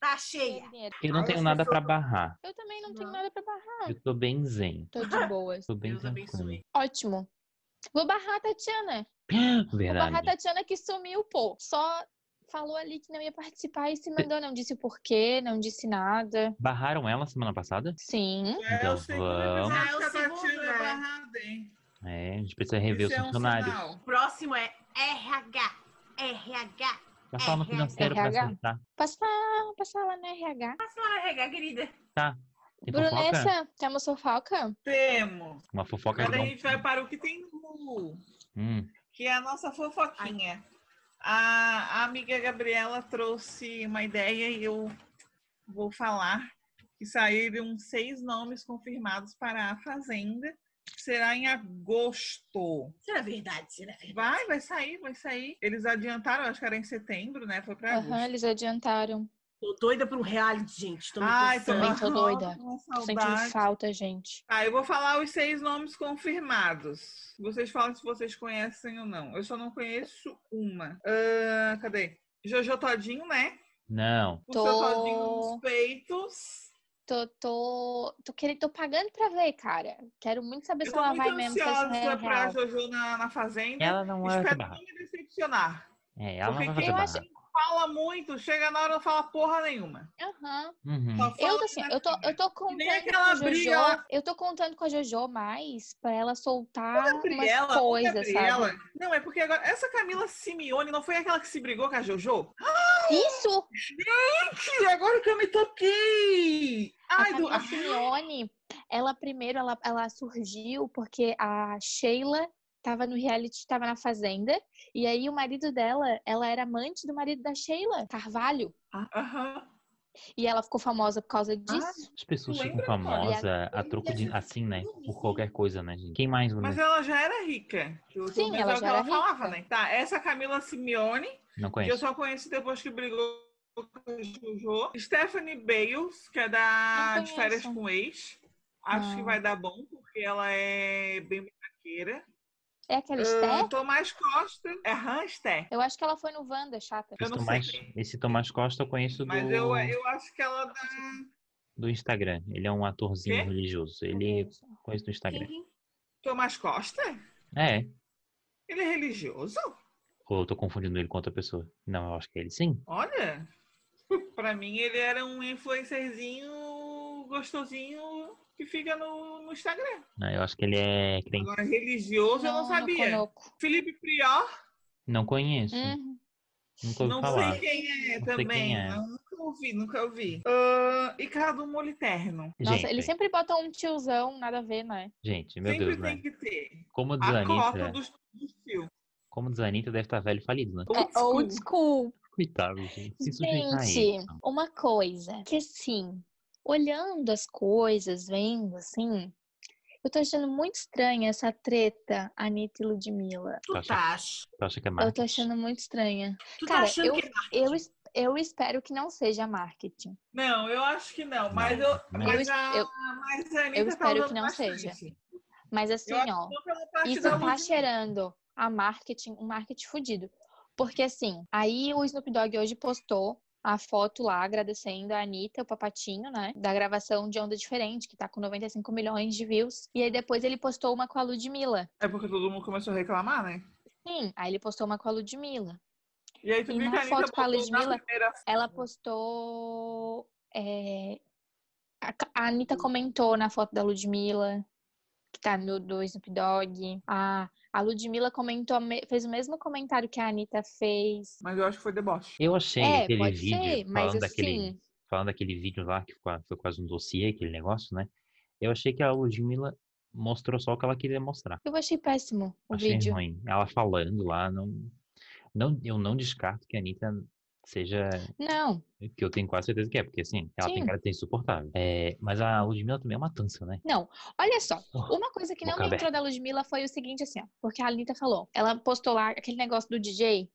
Tá cheia cheia. de dinheiro. Eu não Ai, tenho as nada pessoas pra barrar. Eu também não tenho Não. nada pra barrar. Eu tô bem zen. Tô de boas. Tô bem Deus tranquilo. abençoe. Ótimo. Vou barrar a Tatiana. Vou barrar a Verdade. Tatiana que sumiu, pô. Só falou ali que não ia participar e se mandou. Não disse o porquê, não disse nada. Barraram ela semana passada? Sim. É, Então eu sei que no episódio vamos. que a Ah, é o segundo, Tatiana é né? barrada, hein? É, a gente precisa rever Isso os é um funcionários. sinal. O próximo é RH. RH. É, Já fala Tá no RH. financeiro pra RH. acertar. Passar, passar lá no RH. Passa lá, RH, é querida. Tem fofoca? Brunessa, temos fofoca? Temos. Uma fofoca que Agora a não. gente vai para o que tem no... Hum, Que é a nossa fofoquinha. A, a amiga Gabriela trouxe uma ideia e eu vou falar que saíram seis nomes confirmados para a Fazenda. Será em agosto. Será verdade? Será verdade? Vai, vai sair, vai sair. Eles adiantaram, acho que era em setembro, né? Foi para Aham, agosto. eles adiantaram. Tô doida por um reality, gente. Tô me Ai, tô coçando. Também tô doida. com uma Tô saudade. sentindo falta, gente. Tá, eu vou falar os seis nomes confirmados. Vocês falam se vocês conhecem ou não. Eu só não conheço uma. Ah, cadê? Jojo Todinho, né? não. O Tô. seu Todinho nos peitos. Tô, tô, tô querendo, tô pagando pra ver, cara. Quero muito saber Eu se tô ela muito vai mesmo. Se isso é ansiosa pra real. Jojo na, na Fazenda. Ela não é Espero barra. não me decepcionar. É, ela não vai Porque fazer eu barra. acho- Fala muito, chega na hora e não fala porra nenhuma. Aham. Uhum. Só Eu, fala tô assim, na eu tô, eu tô contando nem com aquela a Jojo. briga lá. Eu tô contando com a Jojo mais pra ela soltar Gabriela, umas coisas, sabe? Gabriela. Não, é porque agora. Essa Camila Simeone não foi aquela que se brigou com a Jojo? Isso! Ih, agora que eu me toquei! A Ai, do... Camila Simeone, ela primeiro, ela, ela surgiu porque a Sheila tava no reality, tava na fazenda. E aí o marido dela, ela era amante do marido da Sheila, Carvalho. Ah. Aham. E ela ficou famosa por Ah. causa disso. As pessoas Tu ficam lembra, Clara? famosas a troco de. assim, né? Por qualquer coisa, né, gente? Quem mais, Mas Brunessa? ela já era rica. Pelo Sim, menos ela é o já que ela era falava, rica. né? Tá, essa Camila Simeone, Não que eu conheço. só conheci depois que brigou com a Jojo. Stephanie Bales, que é da Não de Férias conheço. com o Ex. Acho que Ah. vai dar bom, porque ela é bem brincadeira. É aquela Ah, Esther? Tomás Costa. É Hanster. Eu acho que ela foi no Wanda, chata. eu Esse não Tomás, sei. esse Tomás Costa eu conheço do, Mas eu, eu acho que ela dá. do Instagram. Ele é um atorzinho Quê? religioso. Ele conheço do Instagram. Tomás Costa? É. Ele é religioso? Ou eu tô confundindo ele com outra pessoa. Não, eu acho que é ele sim. Olha, pra mim ele era um influencerzinho gostosinho que fica no, no Instagram. Não, Eu acho que ele é crente. Agora, religioso eu não sabia. conoco. Felipe Prior, Não conheço. Uhum. Nunca ouvi não falar. sei quem é Não sei também. quem é. não, Nunca ouvi, nunca ouvi. Ah, e Cadu Moliterno. Nossa, gente, eles sempre botam um tiozão, nada a ver, né? gente, meu Sempre Deus, tem né? que ter. Como diz a A cota Anitta, dos, dos fios. como diz a Anitta, deve estar velho e falido, né? É old school. Coitado, gente. Se sujeitar a Gente, isso. uma coisa que assim, olhando as coisas, vendo assim, eu tô achando muito estranha essa treta Anitta e Ludmilla. Tu Acho- tá ach- Tu acha que é Eu tô marketing? achando muito estranha. tu tá Cara, achando eu, que é eu, es- eu espero que não seja marketing. Não, eu acho que não. Mas, eu, Não, não. mas, a, Eu- mas a Anitta eu tá espero que usando não seja. bastante. Mas assim, Eu acho ó. que não pela parte Isso da tá Ludmilla. cheirando a marketing, um marketing fudido. Porque assim, aí o Snoop Dogg hoje postou a foto lá agradecendo a Anitta, o papatinho, né? Da gravação de Onda Diferente, que tá com 95 milhões de views. E aí depois ele postou uma com a Ludmilla. É porque todo mundo começou a reclamar, né? Sim, aí ele postou uma com a Ludmilla. E aí tu E viu que na a Anitta foto com a botou na Ludmilla- primeira Ela Uhum. postou. é, A, ca- a Uhum. Anitta comentou na foto da Ludmilla, que tá no do Snoop Dogg. A, a Ludmilla comentou, a me- fez o mesmo comentário que a Anitta fez. Mas eu acho que foi deboche. Eu achei É, aquele pode vídeo, ser, mas falando, daquele, assim- falando daquele vídeo lá, que qua- foi quase um dossiê, aquele negócio, né? Eu achei que a Ludmilla mostrou só o que ela queria mostrar. Eu achei péssimo o achei vídeo. ruim. Ela falando lá, não, não, eu não descarto que a Anitta Seja Não, que eu tenho quase certeza que é, porque assim, ela tem Sim. cara de ser insuportável. É, mas a Ludmilla também é uma tança, né? Olha só, Oh, uma coisa que não boca me aberta. entrou da Ludmilla foi o seguinte, assim, ó, porque a Anitta falou. Ela postou lá aquele negócio do DJ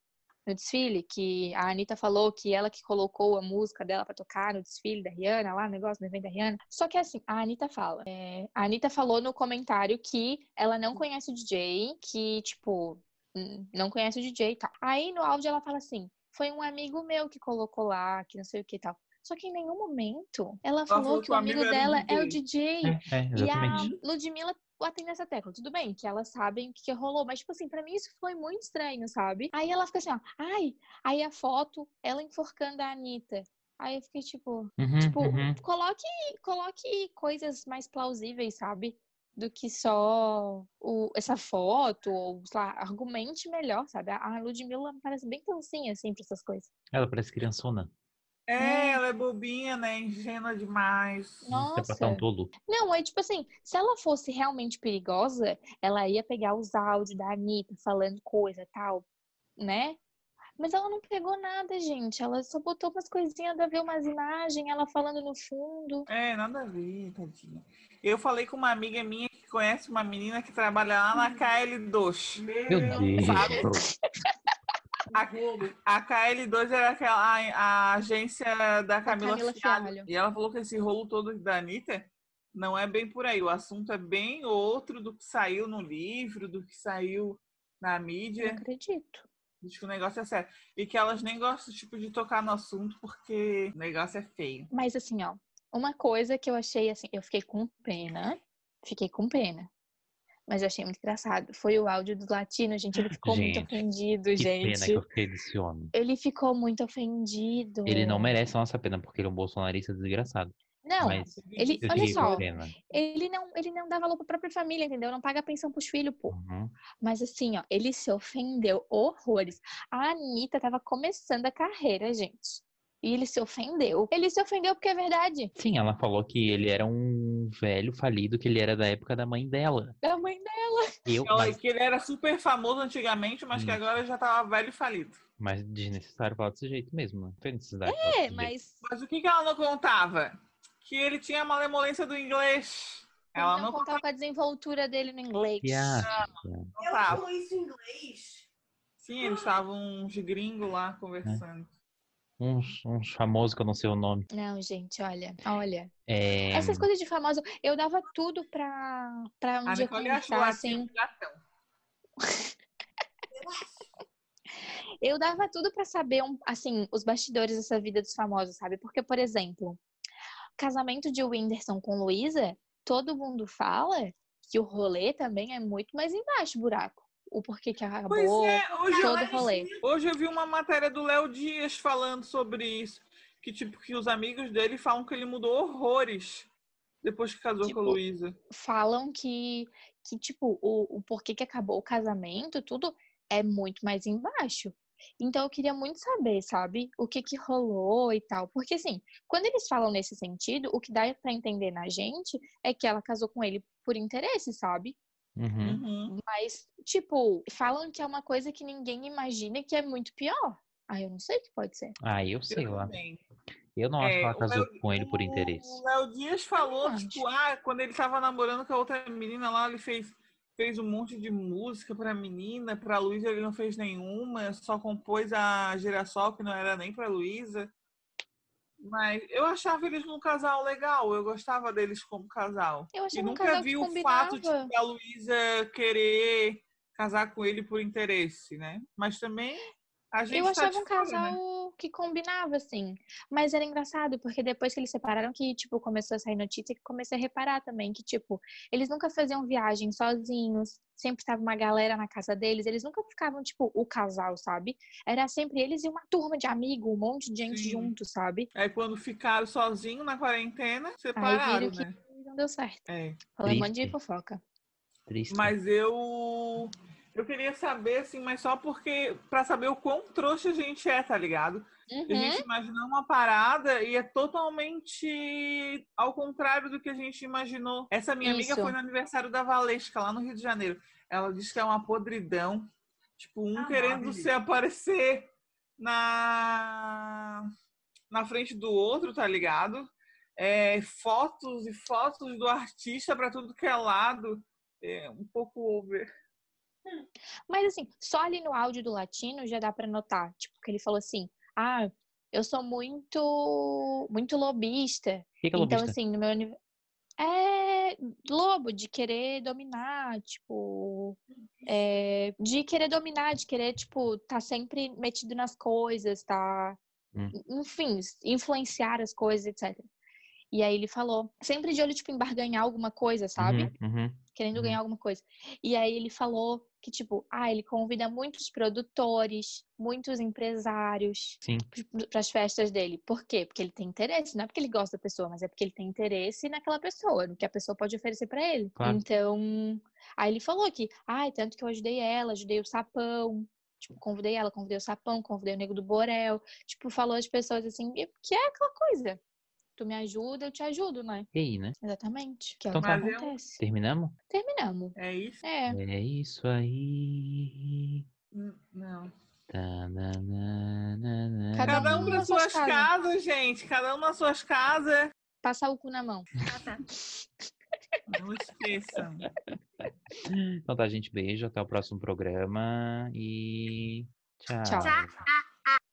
no desfile, que a Anitta falou que ela que colocou a música dela pra tocar no desfile da Rihanna, lá no negócio do evento da Rihanna. Só que assim, a Anitta fala. é, a Anitta falou no comentário que ela não conhece o DJ, que, tipo, hum, não conhece o DJ e tal. Aí no áudio ela fala assim: foi um amigo meu que colocou lá, que não sei o que e tal. Só que em nenhum momento ela falou, falou que que o o amigo amigo era o dela é o DJ. DJ. É, é, exatamente. E a Ludmilla batendo nessa tecla. Tudo bem que elas sabem o que, que rolou, mas, tipo assim, pra mim isso foi muito estranho, sabe? Aí ela fica assim, ó, ai, aí a foto, ela enforcando a Anitta. Aí eu fiquei tipo, Uhum, tipo, uhum. coloque, coloque coisas mais plausíveis, sabe? Do que só o, essa foto, ou sei lá, argumente melhor, sabe? A a Ludmilla me parece bem tancinha, assim, pra essas coisas. Ela parece criançona. É. É, ela é bobinha, né? Ingênua demais. Você passar um Nossa! tolo. Não, é tipo assim, se ela fosse realmente perigosa, ela ia pegar os áudios da Anitta falando coisa e tal, né? Mas ela não pegou nada, gente. Ela só botou umas coisinhas da ver umas imagens, ela falando no fundo. É, nada a ver, tadinha. Eu falei com uma amiga minha que conhece uma menina que trabalha lá na KL2. Meu Deus. sabe? Pro- A KL2 era aquela a, a agência da Camila, Camila Fialho. Fialho. E ela falou que esse rolo todo da Anitta não é bem por aí. O assunto é bem outro do que saiu no livro, do que saiu Não na É. mídia. acredito. Diz que o negócio é sério. E que elas nem gostam, tipo, de tocar no assunto porque o negócio é feio. Mas assim, ó, uma coisa que eu achei assim, eu fiquei com pena, fiquei com pena. Mas eu achei muito engraçado. Foi o áudio dos latinos, gente. Ele ficou muito Gente, ofendido, Que gente. pena que eu fiquei desse homem. Ele ficou muito ofendido. Ele não merece a nossa pena, porque ele é um bolsonarista desgraçado. Não, mas ele- eu é, olha fiquei com só, pena. ele não, ele não dá valor pra própria família, entendeu? Não paga pensão pros filhos, pô. Uhum. Mas assim, ó, ele se ofendeu horrores. A Anitta tava começando a carreira, gente. E ele se ofendeu. Ele se ofendeu porque é verdade. Sim, ela falou que ele era um velho falido, que ele era da época da mãe dela. Da É mãe dela. Eu, Ela- mas, é Que ele era super famoso antigamente, mas que Hum. agora já tava velho e falido. mas desnecessário falar desse jeito mesmo, né? Não tem necessidade. de falar É, desse jeito. mas Mas o que, que ela não contava? Que ele tinha a malemolência do inglês. Ela não não contava com a desenvoltura dele no inglês. Que acha? Ela contava. falou isso em inglês? Sim, eles estavam uns gringos lá conversando. Uns, uns famosos que eu não sei o nome. Não, gente, olha, olha. É, Essas coisas de famoso, eu dava tudo pra, pra um A dia Ah, Nicole achou conversar, assim assim. um gatão. Eu dava tudo pra saber, um- assim, os bastidores dessa vida dos famosos, sabe? Porque, por exemplo, casamento de Whindersson com Luísa, todo mundo fala que o rolê também é muito mais embaixo do buraco. O porquê que acabou. Pois é, hoje eu, Todo rolê. hoje eu vi uma matéria do Léo Dias falando sobre isso. Que tipo, que os amigos dele falam que ele mudou horrores depois que casou Tipo, com a Luísa. Falam que, que tipo, o, o porquê que acabou o casamento, tudo é muito mais embaixo. Então eu queria muito saber, sabe, o que que rolou e tal. Porque assim, quando eles falam nesse sentido, o que dá pra entender na gente é que ela casou com ele por interesse, sabe? uhum. Uhum. Mas, tipo, falam que é uma coisa que ninguém imagina que é muito pior. Ah, eu não sei o que pode ser. Ah, eu sei Eu lá. também. Eu não acho É, que ela o casou Léo- com ele por O interesse. Léo Dias falou, Eu tipo, ah, quando ele tava namorando com a outra menina lá, ele fez, fez um monte de música pra menina, pra Luísa ele não fez nenhuma, só compôs a Girassol, que não era nem pra Luísa. Mas eu achava eles um casal legal, eu gostava deles como casal. Eu E achei um nunca casal que vi o fato de combinava. que a Luísa querer casar com ele por interesse, né? Mas também a gente Eu tá achava de um fora, né? casal que combinava, assim. Mas era engraçado, porque depois que eles separaram, que, tipo, começou a sair notícia, que comecei a reparar também que, tipo, eles nunca faziam viagem sozinhos, sempre tava uma galera na casa deles, eles nunca ficavam, tipo, o casal, sabe? Era sempre eles e uma turma de amigo, um monte de gente Sim. junto, sabe? Aí É quando ficaram sozinhos na quarentena, viram separaram, que- né? E não deu certo. É. Falando um monte de Triste. fofoca. Triste. Mas eu eu queria saber assim, mas só porque para saber o quão trouxa a gente é, tá ligado? A Uhum. gente imaginou uma parada e é totalmente ao contrário do que a gente imaginou. Essa minha Isso. amiga foi no aniversário da Valesca lá no Rio de Janeiro. Ela disse que é uma podridão, tipo, um Ah, querendo maravilha. se aparecer na, na frente do outro, tá ligado? É, fotos e fotos do artista pra tudo que é lado. É um pouco over. Mas assim, só ali no áudio do latino já dá pra notar, tipo, que ele falou assim: "Ah, eu sou muito muito lobista". O que, que é Então lobista? assim, no meu uni- é lobo de querer dominar, tipo, é, de querer dominar, de querer tipo tá sempre metido nas coisas, tá, Hum. enfim, influenciar as coisas, etc. E aí ele falou, sempre de olho tipo em barganhar alguma coisa, sabe? Uhum, uhum. querendo Uhum. ganhar alguma coisa. E aí ele falou que, tipo, ah, ele convida muitos produtores, muitos empresários Sim. para as festas dele. Por quê? Porque ele tem interesse, não é porque ele gosta da pessoa, mas é porque ele tem interesse naquela pessoa, no que a pessoa pode oferecer para ele. Claro. Então, aí ele falou que, ai, tanto que eu ajudei ela, ajudei o sapão. Tipo, convidei ela, convidei o sapão, convidei o nego do Borel. Tipo, falou as pessoas assim, e- que é aquela coisa. Tu me ajuda, eu te ajudo, né? E aí, né? Exatamente. Que é Então o que tá. acontece. Terminamos? Terminamos. É isso? É. É isso aí. Tá, Hum, Não. Tananana. Cada Cada um um nas nas suas suas casas, gente. Cada um nas suas casas. Passar o cu na mão. Ah, tá. Não esqueçam. Então tá, gente. Beijo. Até o próximo programa. E tchau. Tchau.